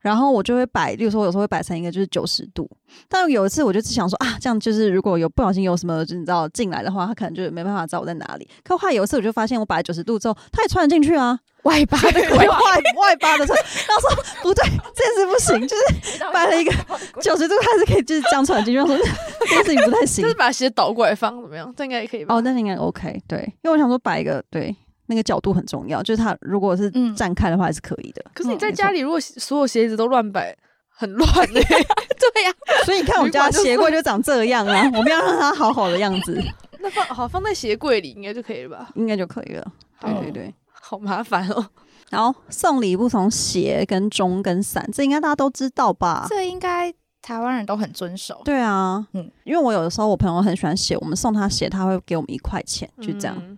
[SPEAKER 1] 然后我就会摆，例如说我有时候会摆成一个就是九十度，但有一次我就只想说啊，这样就是如果有不小心有什么就是你知道进来的话，他可能就没办法知道我在哪里。可后来有一次我就发现我摆九十度之后，他也穿得进去啊，
[SPEAKER 3] 外八 的
[SPEAKER 1] 外外外八的穿，然后说不对，这件事不行，就是摆
[SPEAKER 3] 啊
[SPEAKER 1] 了一个九十度，他还是可以就是这样穿进去。我说这件事情不太行
[SPEAKER 2] 就是把鞋倒过来放，怎么样？这应该也可以吧？
[SPEAKER 1] 哦，那应该 OK 对，因为我想说摆一个对。那个角度很重要，就是他如果是
[SPEAKER 3] 嗯
[SPEAKER 1] 站开的话，还是可以的。
[SPEAKER 2] 可是你
[SPEAKER 1] 嗯
[SPEAKER 2] 在
[SPEAKER 1] 没错
[SPEAKER 2] 家里如果所有鞋子都乱摆，很 乱欸的、
[SPEAKER 3] 对呀、
[SPEAKER 1] 所以你看我们家的鞋柜就长这样啊，我们要让它好好的样子，
[SPEAKER 2] 那放好放在鞋柜里应该就可以了吧？
[SPEAKER 1] 应该就可以了。对
[SPEAKER 2] 好
[SPEAKER 1] 对 对。
[SPEAKER 2] 好麻烦哦。
[SPEAKER 1] 然后送礼不从鞋跟钟跟伞，这应该大家都知道吧？
[SPEAKER 3] 这应该台湾人都很遵守。
[SPEAKER 1] 啊对啊，
[SPEAKER 3] 嗯
[SPEAKER 1] 因为我有的时候我朋友很喜欢鞋，我们送他鞋，他会给我们一块钱，就这样，
[SPEAKER 2] 嗯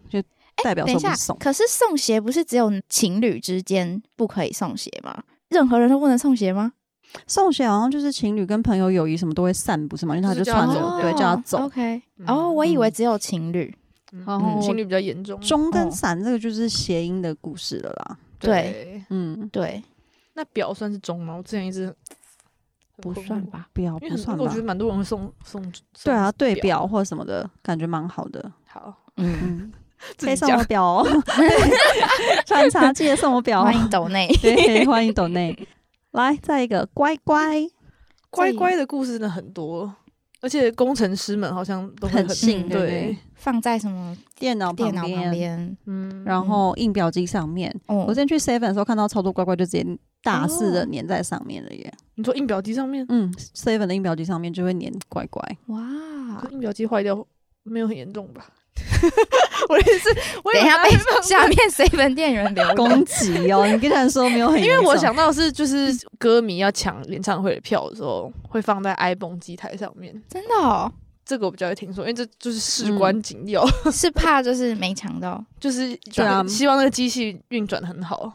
[SPEAKER 1] 代表
[SPEAKER 3] 哎
[SPEAKER 1] 说
[SPEAKER 3] 等一
[SPEAKER 1] 我
[SPEAKER 3] 下
[SPEAKER 1] 们送，。
[SPEAKER 3] 可是送鞋不是只有情侣之间不可以送鞋吗？任何人都不能送鞋吗？
[SPEAKER 1] 送鞋好像就是情侣跟朋友友谊什么都会散，不是吗？因为他
[SPEAKER 2] 就是
[SPEAKER 1] 就
[SPEAKER 2] 叫
[SPEAKER 1] 穿
[SPEAKER 2] 他
[SPEAKER 1] 着，
[SPEAKER 2] 走哦
[SPEAKER 1] 对，叫他走。
[SPEAKER 3] 哦 OK，
[SPEAKER 2] 嗯
[SPEAKER 3] 哦，我以为只有情侣。
[SPEAKER 2] 嗯
[SPEAKER 1] 然后
[SPEAKER 2] 情侣比较严重。
[SPEAKER 1] 钟跟
[SPEAKER 3] 哦
[SPEAKER 1] 伞这个就是谐音的故事了啦。
[SPEAKER 2] 对，
[SPEAKER 1] 嗯，
[SPEAKER 3] 对，
[SPEAKER 2] 那表算是钟吗？我之前一直
[SPEAKER 3] 不算？吧。
[SPEAKER 1] 不要
[SPEAKER 2] 因
[SPEAKER 1] 不
[SPEAKER 2] 为很
[SPEAKER 1] 算
[SPEAKER 2] 多我
[SPEAKER 1] 吧
[SPEAKER 2] 觉得？蛮多人会送送送
[SPEAKER 1] 对啊，对
[SPEAKER 2] 表
[SPEAKER 1] 表或者什么的感觉蛮好的。
[SPEAKER 2] 好，
[SPEAKER 3] 嗯，
[SPEAKER 1] 嗯，
[SPEAKER 2] 自
[SPEAKER 1] 可以
[SPEAKER 2] 己
[SPEAKER 1] 送我
[SPEAKER 2] 讲
[SPEAKER 1] 表 哦，穿插记得送我表哦
[SPEAKER 3] 欢。迎抖内。
[SPEAKER 1] 对，欢迎抖内。来，再一个乖乖，
[SPEAKER 2] 乖乖的故事真的很多，而且工程师们好像都会
[SPEAKER 1] 很近，
[SPEAKER 3] 信
[SPEAKER 2] 嗯
[SPEAKER 1] 对不
[SPEAKER 2] 对
[SPEAKER 1] 对，，
[SPEAKER 3] 放在什么
[SPEAKER 1] 电脑
[SPEAKER 3] 电脑旁
[SPEAKER 1] 边，
[SPEAKER 3] 边？
[SPEAKER 2] 嗯，
[SPEAKER 1] 然后印表机上面。
[SPEAKER 3] 哦
[SPEAKER 1] 我之前去 Seven 的时候看到超多乖乖，就直接大肆的粘在上面了耶。
[SPEAKER 2] 你说印表机上面，
[SPEAKER 1] 嗯，Seven 的印表机上面就会粘乖乖，
[SPEAKER 3] 哇，
[SPEAKER 1] 嗯
[SPEAKER 2] 可印表机坏掉没有很严重吧？ 我也是，我
[SPEAKER 3] 等
[SPEAKER 2] 也
[SPEAKER 3] 一下被
[SPEAKER 2] 拿来放
[SPEAKER 3] 下面 seven 店员 留言
[SPEAKER 1] 攻击 哦！你跟他说没有很严
[SPEAKER 2] 因
[SPEAKER 1] 重，
[SPEAKER 2] 为我想到的是，就是歌迷要抢演唱会的票的时候，会放在 iPhone 机台上面。
[SPEAKER 3] 真的哦，
[SPEAKER 2] 这个我比较会听说，因为这就是事关紧要，
[SPEAKER 3] 是怕就是没抢到，
[SPEAKER 2] 就是
[SPEAKER 1] 对啊
[SPEAKER 2] 希望那个机器运转很好。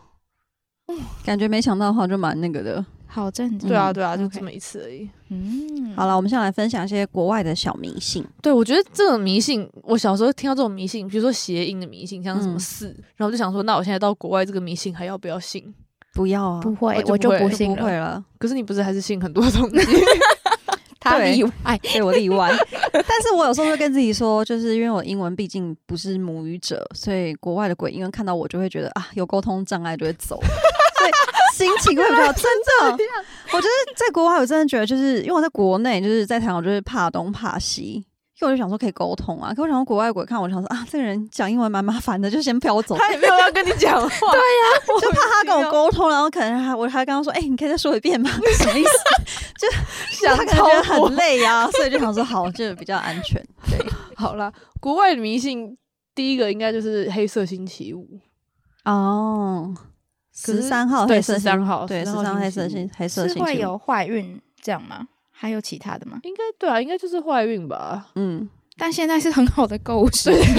[SPEAKER 1] 感觉没想到的话就蛮那个的。
[SPEAKER 3] 好震惊。
[SPEAKER 2] 对啊，对啊，就
[SPEAKER 3] OK
[SPEAKER 2] 这么一次而已。
[SPEAKER 3] 嗯，
[SPEAKER 1] 好了，我们现在来分享一些国外的小迷信。
[SPEAKER 2] 对，我觉得这种迷信，我小时候听到这种迷信，比如说谐音的迷信，像什么
[SPEAKER 1] 嗯
[SPEAKER 2] 四，然后我就想说，那我现在到国外这个迷信还要不要信？
[SPEAKER 1] 不要啊，
[SPEAKER 3] 不会，
[SPEAKER 2] 我
[SPEAKER 3] 我就
[SPEAKER 2] 就不会
[SPEAKER 3] 不
[SPEAKER 1] 就
[SPEAKER 3] 信
[SPEAKER 1] 不会
[SPEAKER 3] 了。
[SPEAKER 1] 了，
[SPEAKER 2] 可是你不是还是信很多东西？
[SPEAKER 3] 他
[SPEAKER 1] 对
[SPEAKER 3] 例外，
[SPEAKER 1] 对我例 外。但是我有时候会跟自己说，就是因为我英文毕竟不是母语者，所以国外的鬼英文看到我就会觉得啊，有沟通障碍就会 走，所以心情会比较真的。我觉得在国外，我真的觉得就是因为我在国内，就是在台湾，我就是怕东怕西。因为我就想说可以沟通啊，可我想说国外鬼看我，我想说啊，这个人讲英文蛮麻烦的，就先飘 走。
[SPEAKER 2] 他也没有要跟你讲话，对啊 呀、
[SPEAKER 1] 就怕他跟我沟通，然后可能还我还跟他说，哎、你可以再说一遍吗？ 什么意思？就
[SPEAKER 2] 想
[SPEAKER 1] 他可能觉得
[SPEAKER 2] 超过
[SPEAKER 1] 很累呀、所以就想说好，就比较安全。
[SPEAKER 2] 好啦，国外的迷信第一个应该就是黑色星期五，
[SPEAKER 1] 哦，
[SPEAKER 2] 可
[SPEAKER 1] 十
[SPEAKER 2] 是
[SPEAKER 1] 三号
[SPEAKER 2] 对
[SPEAKER 1] 黑色
[SPEAKER 2] 十
[SPEAKER 1] 星
[SPEAKER 2] 三号，
[SPEAKER 1] 对十
[SPEAKER 2] 13
[SPEAKER 1] 三
[SPEAKER 2] 号
[SPEAKER 1] 号黑色
[SPEAKER 2] 星期
[SPEAKER 1] 星黑色
[SPEAKER 3] 是
[SPEAKER 1] 星
[SPEAKER 3] 会
[SPEAKER 1] 期五，
[SPEAKER 3] 有怀孕这样吗？还有其他的吗？
[SPEAKER 2] 五，应该对啊，应该就是怀孕吧。
[SPEAKER 1] 嗯，
[SPEAKER 3] 但现在是很好的购物时间，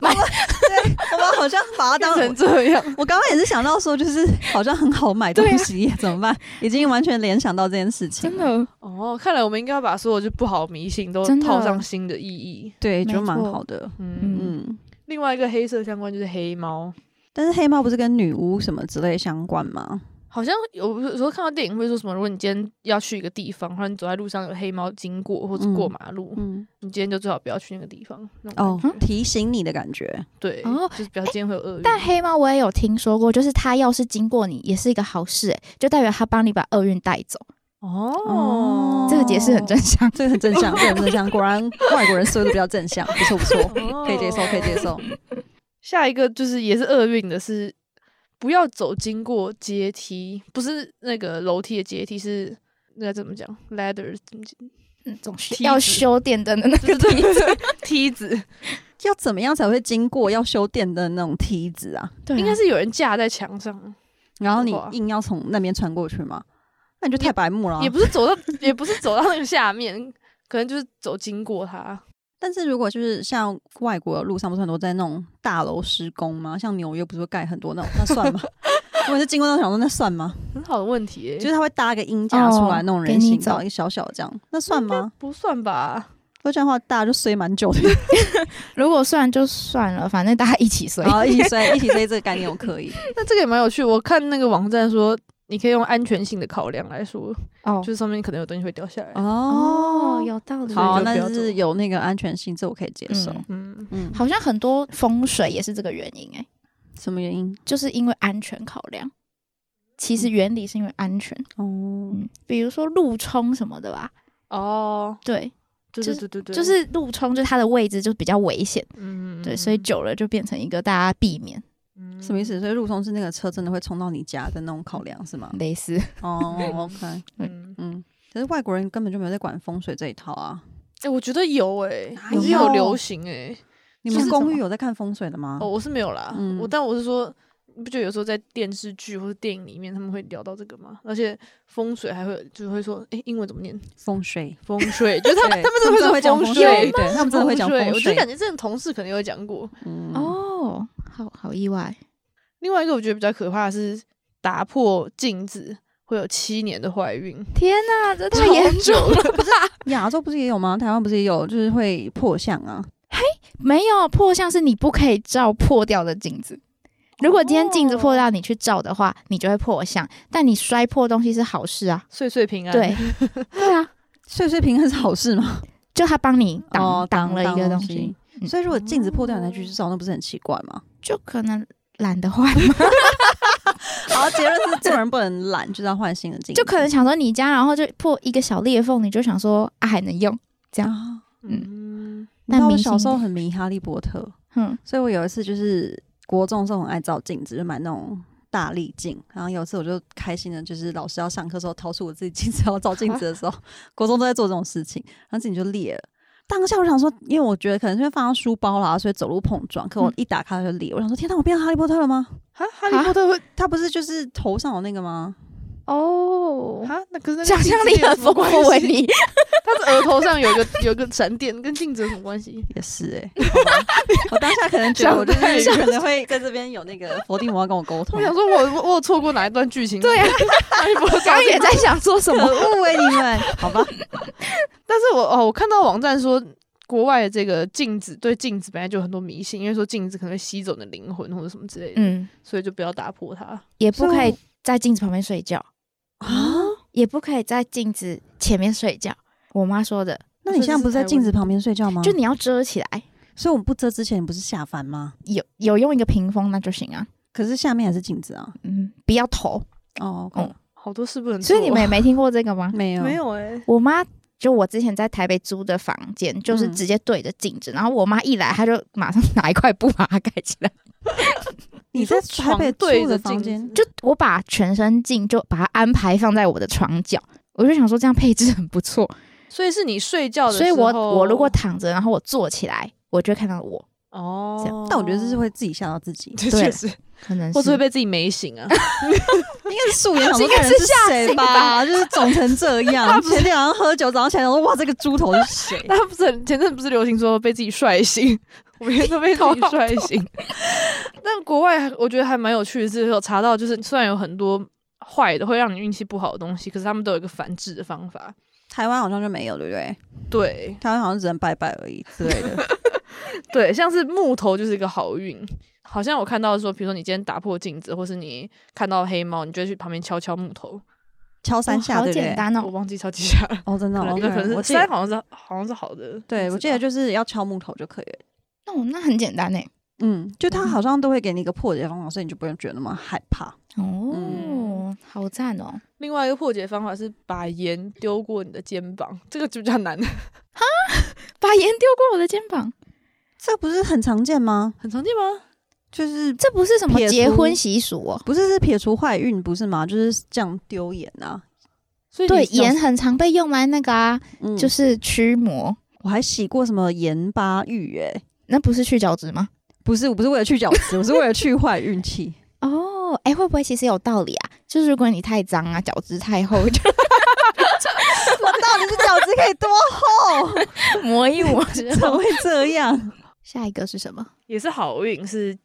[SPEAKER 1] 我们好像把它
[SPEAKER 2] 变
[SPEAKER 1] 当
[SPEAKER 2] 成这样，
[SPEAKER 1] 我刚刚也是想到说，就是好像很好买东
[SPEAKER 3] 对啊
[SPEAKER 1] 西耶，怎么办？已经完全联想到这件事情
[SPEAKER 3] 真
[SPEAKER 1] 了，
[SPEAKER 3] 的
[SPEAKER 2] 哦，看来我们应该要把所有就不好的迷信都
[SPEAKER 3] 真的
[SPEAKER 2] 套上新的意义。
[SPEAKER 1] 对，
[SPEAKER 3] 没
[SPEAKER 1] 就蛮
[SPEAKER 3] 错
[SPEAKER 1] 好的，
[SPEAKER 2] 嗯，
[SPEAKER 3] 嗯
[SPEAKER 1] 嗯。
[SPEAKER 2] 另外一个黑色相关就是黑猫，
[SPEAKER 1] 但是黑猫不是跟女巫什么之类相关吗？
[SPEAKER 2] 好像有有时候看到电影会说什么，如果你今天要去一个地方，然后你走在路上有黑猫经过或者
[SPEAKER 1] 嗯
[SPEAKER 2] 过马路，
[SPEAKER 1] 嗯，
[SPEAKER 2] 你今天就最好不要去那个地方。那种
[SPEAKER 1] 哦
[SPEAKER 2] 感觉，
[SPEAKER 1] 提醒你的感觉，
[SPEAKER 2] 对，
[SPEAKER 3] 哦
[SPEAKER 2] 就是不要今天会有厄运。
[SPEAKER 3] 但黑猫我也有听说过，就是它要是经过你，也是一个好事、欸，就代表它帮你把厄运带走。
[SPEAKER 2] 哦，
[SPEAKER 3] 这个解释很正向。
[SPEAKER 1] 这个很正向，这个很正向。果然外国人说的比较正向，不错不错，
[SPEAKER 2] 哦
[SPEAKER 1] 可以接受，可以接受。
[SPEAKER 2] 下一个就是也是厄运的是，不要走经过阶梯，不是那个楼梯的阶梯，是那怎么讲？ladder 怎么讲
[SPEAKER 3] 嗯，总
[SPEAKER 2] 梯
[SPEAKER 3] 是要
[SPEAKER 2] 子
[SPEAKER 3] 修电灯的那
[SPEAKER 2] 就
[SPEAKER 3] 个
[SPEAKER 2] 是这个梯子，
[SPEAKER 1] 要怎么样才会经过要修电的那种梯子啊？
[SPEAKER 3] 对
[SPEAKER 2] 应该是有人架在墙上，
[SPEAKER 1] 然后你
[SPEAKER 2] 哇
[SPEAKER 1] 硬要从那边穿过去吗？那你就太白目了啊、
[SPEAKER 2] 也不是走到，也不是走到那个下面，可能就是走经过它。
[SPEAKER 1] 但是如果就是像外国的路上不是很多在那种大楼施工吗？像纽约不是会盖很多那种，那算吗？如果是经过那种想说那算吗？
[SPEAKER 2] 很好的问题欸耶、
[SPEAKER 1] 就是他会搭一个鹰架出来
[SPEAKER 3] 哦
[SPEAKER 1] 那种
[SPEAKER 3] 给
[SPEAKER 1] 人
[SPEAKER 3] 你
[SPEAKER 1] 行
[SPEAKER 3] 走
[SPEAKER 1] 道，一个小小的这样，那算吗？
[SPEAKER 2] 不算吧？
[SPEAKER 1] 如果这样的话，大家就衰蛮久的。
[SPEAKER 3] 如果算就算了，反正大家一起睡。
[SPEAKER 2] 哦
[SPEAKER 1] 好，一起衰，一起衰这个概念我可以。
[SPEAKER 2] 那这个也蛮有趣。我看那个网站说，你可以用安全性的考量来说，
[SPEAKER 3] 哦
[SPEAKER 2] 就是上面可能有东西会掉下来。
[SPEAKER 1] 哦，
[SPEAKER 3] 有道理。
[SPEAKER 1] 好，
[SPEAKER 2] 就不
[SPEAKER 1] 那
[SPEAKER 2] 要
[SPEAKER 1] 就
[SPEAKER 2] 走
[SPEAKER 1] 是有那个安全性，这我可以接受。
[SPEAKER 3] 嗯，
[SPEAKER 2] 嗯，
[SPEAKER 1] 嗯，
[SPEAKER 3] 好像很多风水也是这个原因、欸，
[SPEAKER 1] 什么原因？
[SPEAKER 3] 就是因为安全考量。其
[SPEAKER 2] 嗯
[SPEAKER 3] 实原理是因为安全，
[SPEAKER 1] 哦，
[SPEAKER 3] 嗯，比如说路冲什么的吧，
[SPEAKER 2] 哦，
[SPEAKER 3] 对，
[SPEAKER 2] 对
[SPEAKER 3] 就是
[SPEAKER 2] 对对对对，
[SPEAKER 3] 就是路冲，就它的位置就比较危险，
[SPEAKER 2] 嗯，
[SPEAKER 3] 对，所以久了就变成一个大家避免
[SPEAKER 1] 什么意
[SPEAKER 2] 嗯
[SPEAKER 1] 思？所以路冲是那个车真的会冲到你家的那种考量是吗？
[SPEAKER 3] 类似。
[SPEAKER 1] 哦，OK，
[SPEAKER 2] 嗯，
[SPEAKER 1] 嗯。可是外国人根本就没有在管风水这一套啊！
[SPEAKER 2] 哎、我觉得有哎、
[SPEAKER 1] 哪
[SPEAKER 2] 有
[SPEAKER 1] 有
[SPEAKER 2] 有流行哎、
[SPEAKER 1] 你
[SPEAKER 3] 就
[SPEAKER 1] 们
[SPEAKER 3] 是
[SPEAKER 1] 公
[SPEAKER 3] 什
[SPEAKER 1] 寓
[SPEAKER 3] 么
[SPEAKER 1] 有在看风水的吗？
[SPEAKER 2] 哦，我是没有啦，
[SPEAKER 1] 嗯
[SPEAKER 2] 我但我是说，你不觉得有时候在电视剧或者电影里面他们会聊到这个吗？而且风水还会就会说，哎、英文怎么念？
[SPEAKER 1] 风水，
[SPEAKER 2] 风水，就是他
[SPEAKER 1] 对
[SPEAKER 2] 们他们真
[SPEAKER 1] 他们
[SPEAKER 2] 的会说
[SPEAKER 1] 真的会讲
[SPEAKER 2] 风
[SPEAKER 1] 风
[SPEAKER 2] 水，
[SPEAKER 1] 水对他们真的会讲风
[SPEAKER 2] 我就
[SPEAKER 1] 水
[SPEAKER 2] 感觉这种同事可能有讲过。
[SPEAKER 1] 嗯，
[SPEAKER 3] 哦，好好意外，
[SPEAKER 2] 另外一个我觉得比较可怕的是打破镜子会有七年的怀孕，
[SPEAKER 3] 天哪，这
[SPEAKER 2] 太严重
[SPEAKER 3] 了！
[SPEAKER 1] 亚洲不是也有吗？台湾不是也有，就是会破相啊。
[SPEAKER 3] 没有破相是你不可以照破掉的镜子。如果今天镜子破掉，你去照的话，你就会破相。但你摔破东西是好事啊，
[SPEAKER 2] 岁岁平安。
[SPEAKER 3] 对，对啊，
[SPEAKER 1] 岁岁平安是好事吗？
[SPEAKER 3] 就他帮你挡、
[SPEAKER 1] 哦
[SPEAKER 3] 挡了一个东
[SPEAKER 1] 挡
[SPEAKER 3] 西，嗯
[SPEAKER 1] 所以如果镜子破掉，你再去照，那不是很奇怪吗？
[SPEAKER 3] 就可能懒得换嘛，
[SPEAKER 1] 好，结论是做人不能懒，就是要换新的镜子。
[SPEAKER 3] 就可能想说你家，然后就破一个小裂缝，你就想说啊还能用，
[SPEAKER 1] 啊，
[SPEAKER 2] 嗯，
[SPEAKER 1] 你知道
[SPEAKER 3] 那
[SPEAKER 1] 我
[SPEAKER 3] 明星
[SPEAKER 1] 小时候很迷哈利波特，
[SPEAKER 3] 嗯，
[SPEAKER 1] 所以我有一次就是国中的时候很爱照镜子，就买那种大力镜。然后有一次我就开心的，就是老师要上课的时候掏出我自己镜子要照镜子的时候， 国中都在做这种事情，然后自己就裂了。当下我想说，因为我觉得可能是因为放到书包啦，所以走路碰撞。可我
[SPEAKER 3] 嗯
[SPEAKER 1] 一打开它就裂，我想说，天哪，我变成哈利波特了吗？
[SPEAKER 2] 哈哈利波特会
[SPEAKER 1] 他不是就是头上有那个吗？
[SPEAKER 3] 哦，
[SPEAKER 2] 啊，那可是那 跟
[SPEAKER 3] 想象
[SPEAKER 2] 镜
[SPEAKER 3] 力
[SPEAKER 2] 子有
[SPEAKER 3] 很
[SPEAKER 2] 什么
[SPEAKER 3] 丰
[SPEAKER 2] 关
[SPEAKER 3] 富，欸维
[SPEAKER 1] 欸
[SPEAKER 2] 系，
[SPEAKER 3] 尼。
[SPEAKER 2] 他的额头上有一个有一个闪电，跟镜子有什么关系？
[SPEAKER 1] 也是哎、好吧 我当下可能觉得我就
[SPEAKER 2] 想太
[SPEAKER 1] 是
[SPEAKER 2] 远
[SPEAKER 1] 可能会在这边有那个佛地魔要跟我沟通
[SPEAKER 2] 我，想说我，我我有错过哪一段剧情？
[SPEAKER 3] 对啊，
[SPEAKER 2] 我
[SPEAKER 3] 我刚刚也在想说什
[SPEAKER 1] 可
[SPEAKER 3] 么，
[SPEAKER 1] 恶哎你们，好吧，
[SPEAKER 2] 但是我哦，我看到网站说，国外的这个镜子对镜子本来就有很多迷信，因为说镜子可能会吸走你的灵魂或者什么之类的，
[SPEAKER 3] 嗯，
[SPEAKER 2] 所以就不要打破它。
[SPEAKER 3] 也不可以在镜子旁边睡觉，
[SPEAKER 1] 啊，
[SPEAKER 3] 也不可以在镜子前面睡觉。我妈说的，
[SPEAKER 1] 那你现在不是在镜子旁边睡觉
[SPEAKER 2] 嗯
[SPEAKER 1] 吗？
[SPEAKER 3] 就
[SPEAKER 1] 就
[SPEAKER 3] 你要遮起来，
[SPEAKER 1] 所以我们不遮之前你不是下凡吗？
[SPEAKER 3] 有有用一个屏风那就行啊，
[SPEAKER 1] 可是下面还是镜子啊。
[SPEAKER 3] 嗯，不要头。
[SPEAKER 1] 哦，
[SPEAKER 3] 嗯
[SPEAKER 2] 好多事不能做，
[SPEAKER 3] 所以你们也没听过这个 吗？
[SPEAKER 1] 没有
[SPEAKER 2] 没有哎、
[SPEAKER 3] 我妈就我之前在台北租的房间，就是
[SPEAKER 1] 嗯
[SPEAKER 3] 直接对着镜子，然后我妈一来，她就马上拿一块布把它盖起 来，
[SPEAKER 1] 你在
[SPEAKER 2] 说
[SPEAKER 1] 台北
[SPEAKER 2] 床对
[SPEAKER 1] 住的
[SPEAKER 2] 着
[SPEAKER 1] 房
[SPEAKER 2] 镜
[SPEAKER 1] 间，
[SPEAKER 2] 子
[SPEAKER 3] 就我把全身镜就把它安排放在我的床角。我就想说这样配置很不错，
[SPEAKER 2] 所以是你睡觉的时
[SPEAKER 3] 所
[SPEAKER 2] 候，
[SPEAKER 3] 以我我如果躺着，然后我坐起来，我就会看到我，这
[SPEAKER 2] 哦，
[SPEAKER 1] 但我觉得这
[SPEAKER 2] ，
[SPEAKER 1] 是会自己吓到自己
[SPEAKER 2] 这
[SPEAKER 3] 对
[SPEAKER 2] 确实，
[SPEAKER 3] 可能
[SPEAKER 2] 或是会
[SPEAKER 3] 是哦
[SPEAKER 2] 被自己美醒啊。
[SPEAKER 1] 应该是素颜，想说
[SPEAKER 3] 应该
[SPEAKER 1] 这
[SPEAKER 3] 是
[SPEAKER 1] 人是
[SPEAKER 3] 吓
[SPEAKER 1] 谁
[SPEAKER 3] 醒
[SPEAKER 1] 吧？ 就是肿成这样，
[SPEAKER 2] 不
[SPEAKER 1] 前天晚上喝酒，早上起来想说哇，这个猪头是谁？
[SPEAKER 2] 那不是很前阵不是流行说被自己帅醒， 我每天都被自己帅醒。 但国外还我觉得还蛮有趣的是，有查到就是虽然有很多坏的会让你运气不好的东西，可是他们都有一个反制的方法。
[SPEAKER 1] 台湾好像就没有，对不对？
[SPEAKER 2] 对
[SPEAKER 1] 台湾好像只能拜拜而已之类的。
[SPEAKER 2] 对，像是木头就是一个好运。好像我看到说，比如说你今天打破镜子，或是你看到黑猫，你就会去旁边敲敲木头。
[SPEAKER 1] 敲三下，
[SPEAKER 3] 好
[SPEAKER 1] 对不
[SPEAKER 3] 简
[SPEAKER 1] 对？
[SPEAKER 3] 单
[SPEAKER 2] 我
[SPEAKER 3] 哦，
[SPEAKER 2] 忘记敲几下了，
[SPEAKER 1] 哦，真的
[SPEAKER 2] 可
[SPEAKER 1] 哦，
[SPEAKER 2] 能就可
[SPEAKER 1] OK，
[SPEAKER 2] 能
[SPEAKER 1] 我
[SPEAKER 2] 是
[SPEAKER 1] 记得
[SPEAKER 2] 三，好像是好像是好的。
[SPEAKER 1] 对我记得就是要敲木头就可以了。
[SPEAKER 3] 那我哦那很简单呢。
[SPEAKER 1] 嗯，就他好像都会给你一个破解方法，所以你就不用觉得那么害怕。
[SPEAKER 3] 哦
[SPEAKER 2] 嗯，
[SPEAKER 3] 好赞哦！
[SPEAKER 2] 另外一个破解方法是把盐丢过你的肩膀，这个就比较难，
[SPEAKER 3] 把盐丢过我的肩膀，
[SPEAKER 1] 这不是很常见吗？
[SPEAKER 2] 很常见吗？
[SPEAKER 1] 就是
[SPEAKER 3] 这不是什么
[SPEAKER 1] 撇除
[SPEAKER 3] 结婚习俗哦。
[SPEAKER 1] 不是是撇除坏运不是吗？就是这样丢盐啊。
[SPEAKER 2] 所以
[SPEAKER 3] 对，
[SPEAKER 2] 你小
[SPEAKER 3] 盐很常被用来那个啊，
[SPEAKER 1] 嗯，就
[SPEAKER 3] 就
[SPEAKER 1] 是
[SPEAKER 3] 是驱魔，
[SPEAKER 1] 我还洗过什么盐巴浴、欸，
[SPEAKER 3] 那不是去角质吗？
[SPEAKER 1] 不是，我不是为了去角质，我是为了去坏运气。
[SPEAKER 3] 哦，哎，会不会其实有道理啊？就是如果你太脏啊，角质太厚， 就
[SPEAKER 1] 我到底是角质可以多厚？
[SPEAKER 3] 磨一磨之
[SPEAKER 1] 怎么
[SPEAKER 3] 后。
[SPEAKER 1] 会 这样？
[SPEAKER 3] 下一个是什么？
[SPEAKER 2] 也是好运，是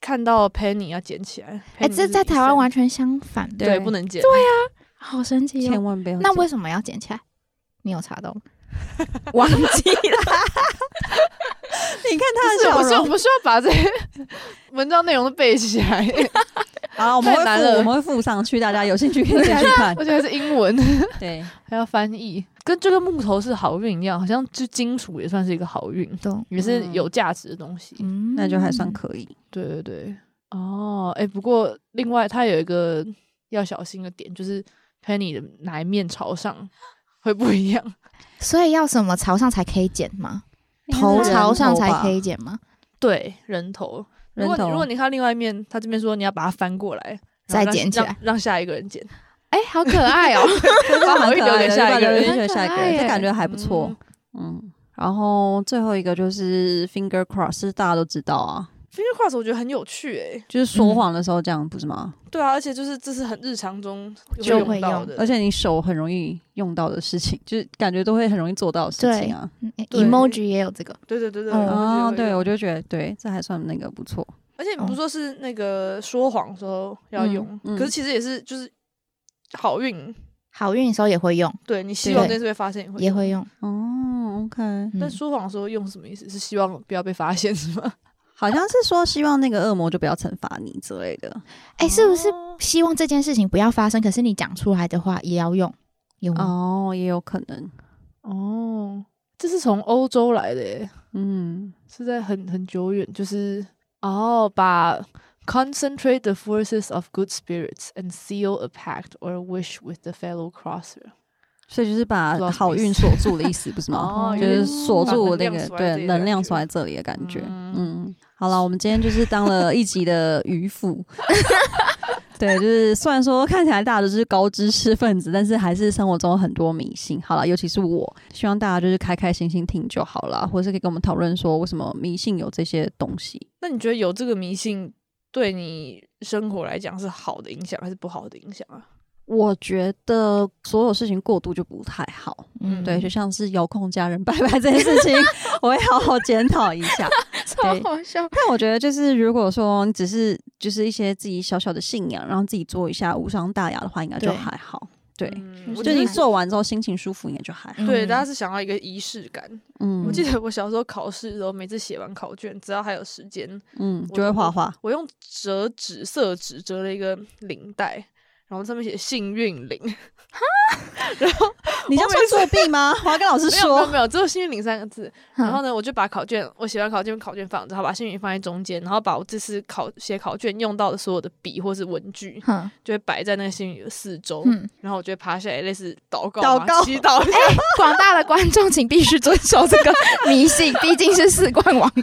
[SPEAKER 2] 看到 Penny 要捡起来。
[SPEAKER 3] 哎，
[SPEAKER 2] Penny
[SPEAKER 3] 这
[SPEAKER 2] 是
[SPEAKER 3] 在
[SPEAKER 2] 医生
[SPEAKER 3] 台湾完全相反，
[SPEAKER 2] 对不能捡，
[SPEAKER 3] 对啊，好神奇
[SPEAKER 1] 千
[SPEAKER 3] 哦。
[SPEAKER 1] 万不要！
[SPEAKER 3] 那为什么要捡起来？你有查到吗？ 忘记了，
[SPEAKER 1] 你看
[SPEAKER 2] 不是
[SPEAKER 1] 他
[SPEAKER 2] 我
[SPEAKER 1] 的
[SPEAKER 2] 是
[SPEAKER 1] 笑
[SPEAKER 2] 我
[SPEAKER 1] 容。
[SPEAKER 2] 们需要把这些 文章内容都背起来，
[SPEAKER 1] 好，我们会
[SPEAKER 2] 太难
[SPEAKER 1] 附
[SPEAKER 2] 了
[SPEAKER 1] 我们会附上去，大家有兴趣可以自己去看
[SPEAKER 2] 而。且还是英文，
[SPEAKER 1] 对，
[SPEAKER 2] 还要翻译。跟就跟木头是好运一样，好像就金属也算是一个好运，
[SPEAKER 3] 懂？
[SPEAKER 2] 也是有价值的东西。
[SPEAKER 3] 嗯
[SPEAKER 1] 那就还算可以。
[SPEAKER 2] 对对对，哦，哎、不过另外它有一个要小心的点，就是 Penny 的哪一面朝上会不一样。
[SPEAKER 3] 所以要什么朝上才可以剪吗？头
[SPEAKER 1] 应该是
[SPEAKER 3] 朝上才
[SPEAKER 1] 哎人头吧
[SPEAKER 3] 可以剪吗？
[SPEAKER 2] 对，人头。如
[SPEAKER 1] 人
[SPEAKER 2] 果你
[SPEAKER 1] 头
[SPEAKER 2] 如果你看到另外一面，他这边说你要把它翻过来，然
[SPEAKER 3] 再
[SPEAKER 2] 后让
[SPEAKER 3] 捡起
[SPEAKER 2] 让
[SPEAKER 3] 来
[SPEAKER 2] 让下一个人捡，
[SPEAKER 3] 哎，好可爱 哦！
[SPEAKER 1] 这
[SPEAKER 2] 把
[SPEAKER 1] 蛮
[SPEAKER 2] 好运
[SPEAKER 1] 可
[SPEAKER 2] 留
[SPEAKER 1] 爱
[SPEAKER 2] 给
[SPEAKER 1] 的
[SPEAKER 2] 下一个
[SPEAKER 1] 留
[SPEAKER 2] 人，
[SPEAKER 1] 给
[SPEAKER 3] 很
[SPEAKER 1] 下一个
[SPEAKER 3] 可爱
[SPEAKER 1] 人，
[SPEAKER 3] 耶
[SPEAKER 1] 这感觉还不错
[SPEAKER 2] 嗯。。
[SPEAKER 1] 嗯，然后最后一个就是 finger cross，是大家都知道啊，
[SPEAKER 2] finger cross 我觉得很有趣诶、
[SPEAKER 1] 就是说谎的时候这样，不是吗？
[SPEAKER 2] 对啊，而且就是这是很日常中
[SPEAKER 3] 就会
[SPEAKER 2] 用到
[SPEAKER 3] 用
[SPEAKER 2] 的，
[SPEAKER 1] 而且你手很容易用到的事情，就是感觉都会很容易做到的事情啊。
[SPEAKER 3] 嗯
[SPEAKER 2] 对
[SPEAKER 3] emoji 也有这个，
[SPEAKER 2] 对对对对，
[SPEAKER 3] 嗯
[SPEAKER 2] 我觉得
[SPEAKER 1] 啊，
[SPEAKER 2] 会
[SPEAKER 1] 对，
[SPEAKER 2] 用
[SPEAKER 1] 我就觉得对，这还算那个不错。
[SPEAKER 2] 而
[SPEAKER 3] 哦
[SPEAKER 2] 且不是说是那个说谎的时候要
[SPEAKER 1] 嗯
[SPEAKER 2] 用，
[SPEAKER 1] 嗯
[SPEAKER 2] 可是其实也是就是好运，
[SPEAKER 3] 好运的时候也会用，
[SPEAKER 2] 对你希望这
[SPEAKER 3] 对
[SPEAKER 2] 件事会发现也会
[SPEAKER 3] 也会。用。嗯
[SPEAKER 1] 哦，OK，
[SPEAKER 2] 但说谎的时候用是什么意思？是希望不要被发现是吗？
[SPEAKER 1] 好像是说希望那个恶魔就不要惩罚你之类的。
[SPEAKER 3] 哎、是不是希望这件事情不要发生？可是你讲出来的话也要用，有
[SPEAKER 2] 嗯
[SPEAKER 3] 吗？
[SPEAKER 1] 哦，也有可能。
[SPEAKER 2] 哦，这是从欧洲来的耶，
[SPEAKER 1] 嗯，
[SPEAKER 2] 是在很很久远，就是哦，把 concentrate the forces of good spirits and seal a pact or a wish with the fellow crosser。
[SPEAKER 1] 所以就是把
[SPEAKER 2] 不知道什么
[SPEAKER 1] 好运
[SPEAKER 2] 意思
[SPEAKER 1] 锁住的意思，不是 吗？
[SPEAKER 2] 哦
[SPEAKER 1] 就是锁
[SPEAKER 2] 把
[SPEAKER 1] 住
[SPEAKER 2] 能
[SPEAKER 1] 那
[SPEAKER 2] 量
[SPEAKER 1] 个
[SPEAKER 2] 锁在这
[SPEAKER 1] 对
[SPEAKER 2] 里的
[SPEAKER 1] 能
[SPEAKER 2] 感
[SPEAKER 1] 量
[SPEAKER 2] 觉
[SPEAKER 1] 锁在这里的感觉。
[SPEAKER 2] 嗯
[SPEAKER 1] 嗯，好了，我们今天就是当了一集的渔夫。 对，就是虽然说看起来大家都是高知识分子，但是还是生活中有很多迷信。好了，尤其是我，希望大家就是开开心心听就好了，或者是可以跟我们讨论说为什么迷信有这些东西。
[SPEAKER 2] 那你觉得有这个迷信对你生活来讲是好的影响还是不好的影响啊？
[SPEAKER 1] 我觉得所有事情过度就不太好。
[SPEAKER 3] 嗯，
[SPEAKER 1] 对，就像是遥控家人拜拜这件事情， 我会好好检讨一下。
[SPEAKER 3] 超好笑。
[SPEAKER 1] 但我觉得，就是如果说你只是就是一些自己小小的信仰，然后自己做一下无伤大雅的话，应该就
[SPEAKER 3] 对
[SPEAKER 1] 还好。对，
[SPEAKER 2] 嗯
[SPEAKER 3] 我
[SPEAKER 1] 就是
[SPEAKER 2] 我觉
[SPEAKER 3] 觉
[SPEAKER 1] 你
[SPEAKER 2] 得
[SPEAKER 3] 得
[SPEAKER 1] 做完之后心情舒服，应该就还好。
[SPEAKER 2] 对，
[SPEAKER 3] 嗯
[SPEAKER 2] 大家是想要一个仪式感。
[SPEAKER 1] 嗯，
[SPEAKER 2] 我记得我小时候考试的时候，每次写完考卷，只要还有时间，
[SPEAKER 1] 嗯
[SPEAKER 2] 我
[SPEAKER 1] 就会
[SPEAKER 2] 都
[SPEAKER 1] 画 画。
[SPEAKER 2] 我用折纸色纸折了一个领带，然后上面写“幸运领”，
[SPEAKER 1] 你这样算作弊吗？我要跟老师
[SPEAKER 2] 没有没有
[SPEAKER 1] 说。
[SPEAKER 2] 没有，只有“幸运领”三个字。然后
[SPEAKER 3] 嗯
[SPEAKER 2] 呢，我就把考卷，我写完考卷，考卷放着，然后把幸运领放在中间，然后把我这次考写考卷用到的所有的笔或是文具，
[SPEAKER 3] 哼，
[SPEAKER 2] 就会摆在那个幸运领的四周。
[SPEAKER 3] 嗯，哎
[SPEAKER 2] 然后我就会爬下来，类似祷 告
[SPEAKER 1] 祷
[SPEAKER 2] 嘛、
[SPEAKER 1] 告
[SPEAKER 2] 祈祷一 下。
[SPEAKER 3] 广大的观众请必须遵守这个迷信，毕竟是四冠王的。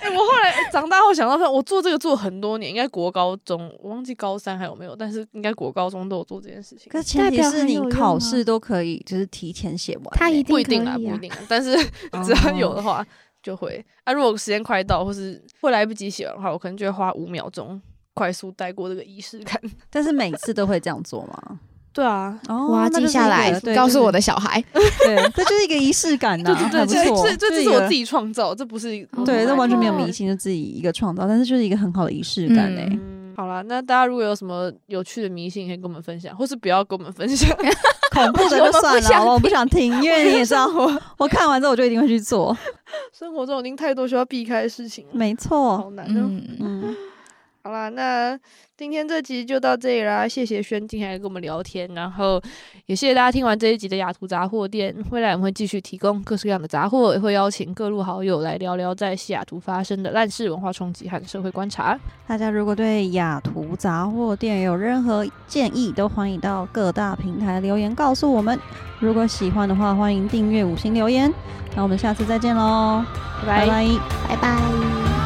[SPEAKER 2] 哎、我后来长大后想到，我做这个做很多年，应该国高中，我忘记高三还有没有，但是应该国高中都有做这件事情。
[SPEAKER 1] 可是前
[SPEAKER 3] 代
[SPEAKER 1] 提
[SPEAKER 3] 表
[SPEAKER 1] 是
[SPEAKER 3] 很
[SPEAKER 1] 你
[SPEAKER 3] 有用
[SPEAKER 1] 考
[SPEAKER 3] 啊
[SPEAKER 1] 试都可以，就是提前写完欸。
[SPEAKER 3] 他一
[SPEAKER 2] 不一定
[SPEAKER 3] 可
[SPEAKER 2] 啦，
[SPEAKER 3] 以
[SPEAKER 2] 不
[SPEAKER 3] 啊
[SPEAKER 2] 一定啦， 但是
[SPEAKER 1] 哦
[SPEAKER 2] 只要有的话就会。啊，如果时间快到，或是会来不及写完的话，我可能就会花五秒钟快速带过这个仪式感。
[SPEAKER 1] 但是每次都会这样做吗？
[SPEAKER 2] 对啊，
[SPEAKER 1] 哦
[SPEAKER 3] 我要记下来，告诉我的小孩。
[SPEAKER 1] 对，这就是一个仪式感呐，
[SPEAKER 2] 对，
[SPEAKER 1] 还不
[SPEAKER 2] 这
[SPEAKER 1] 错。啊
[SPEAKER 2] 这这这是我自己创造，这不是嗯
[SPEAKER 3] 哦
[SPEAKER 1] 对，这
[SPEAKER 3] 那
[SPEAKER 1] 完全没有
[SPEAKER 3] 哦
[SPEAKER 1] 迷信，就自己一个创造，但是就是一个很好的仪式感哎、
[SPEAKER 3] 嗯
[SPEAKER 2] 嗯好啦，那大家如果有什么有趣的迷信，可以跟我们分享，或是不要跟我们分 享。
[SPEAKER 1] 恐怖的就算了， 我不想听， 因哎为你也知道，我看完之后我就一定会去做，
[SPEAKER 2] 生活中已经太多需要避开的事情了，
[SPEAKER 1] 没错，
[SPEAKER 2] 好难哦。
[SPEAKER 3] 嗯，
[SPEAKER 1] 嗯，
[SPEAKER 2] 好啦，那今天这集就到这里啦，谢谢轩进来跟我们聊天，然后也谢谢大家听完这一集的雅图杂货店。未来我们会继续提供各式各样的杂货，也会邀请各路好友来聊聊在西雅图发生的烂事、文化冲击和社会观察。
[SPEAKER 1] 大家如果对雅图杂货店有任何建议，都欢迎到各大平台留言告诉我们。如果喜欢的话，欢迎订阅、五星留言。那我们下次再见喽，
[SPEAKER 2] 拜
[SPEAKER 1] 拜拜
[SPEAKER 3] 拜拜。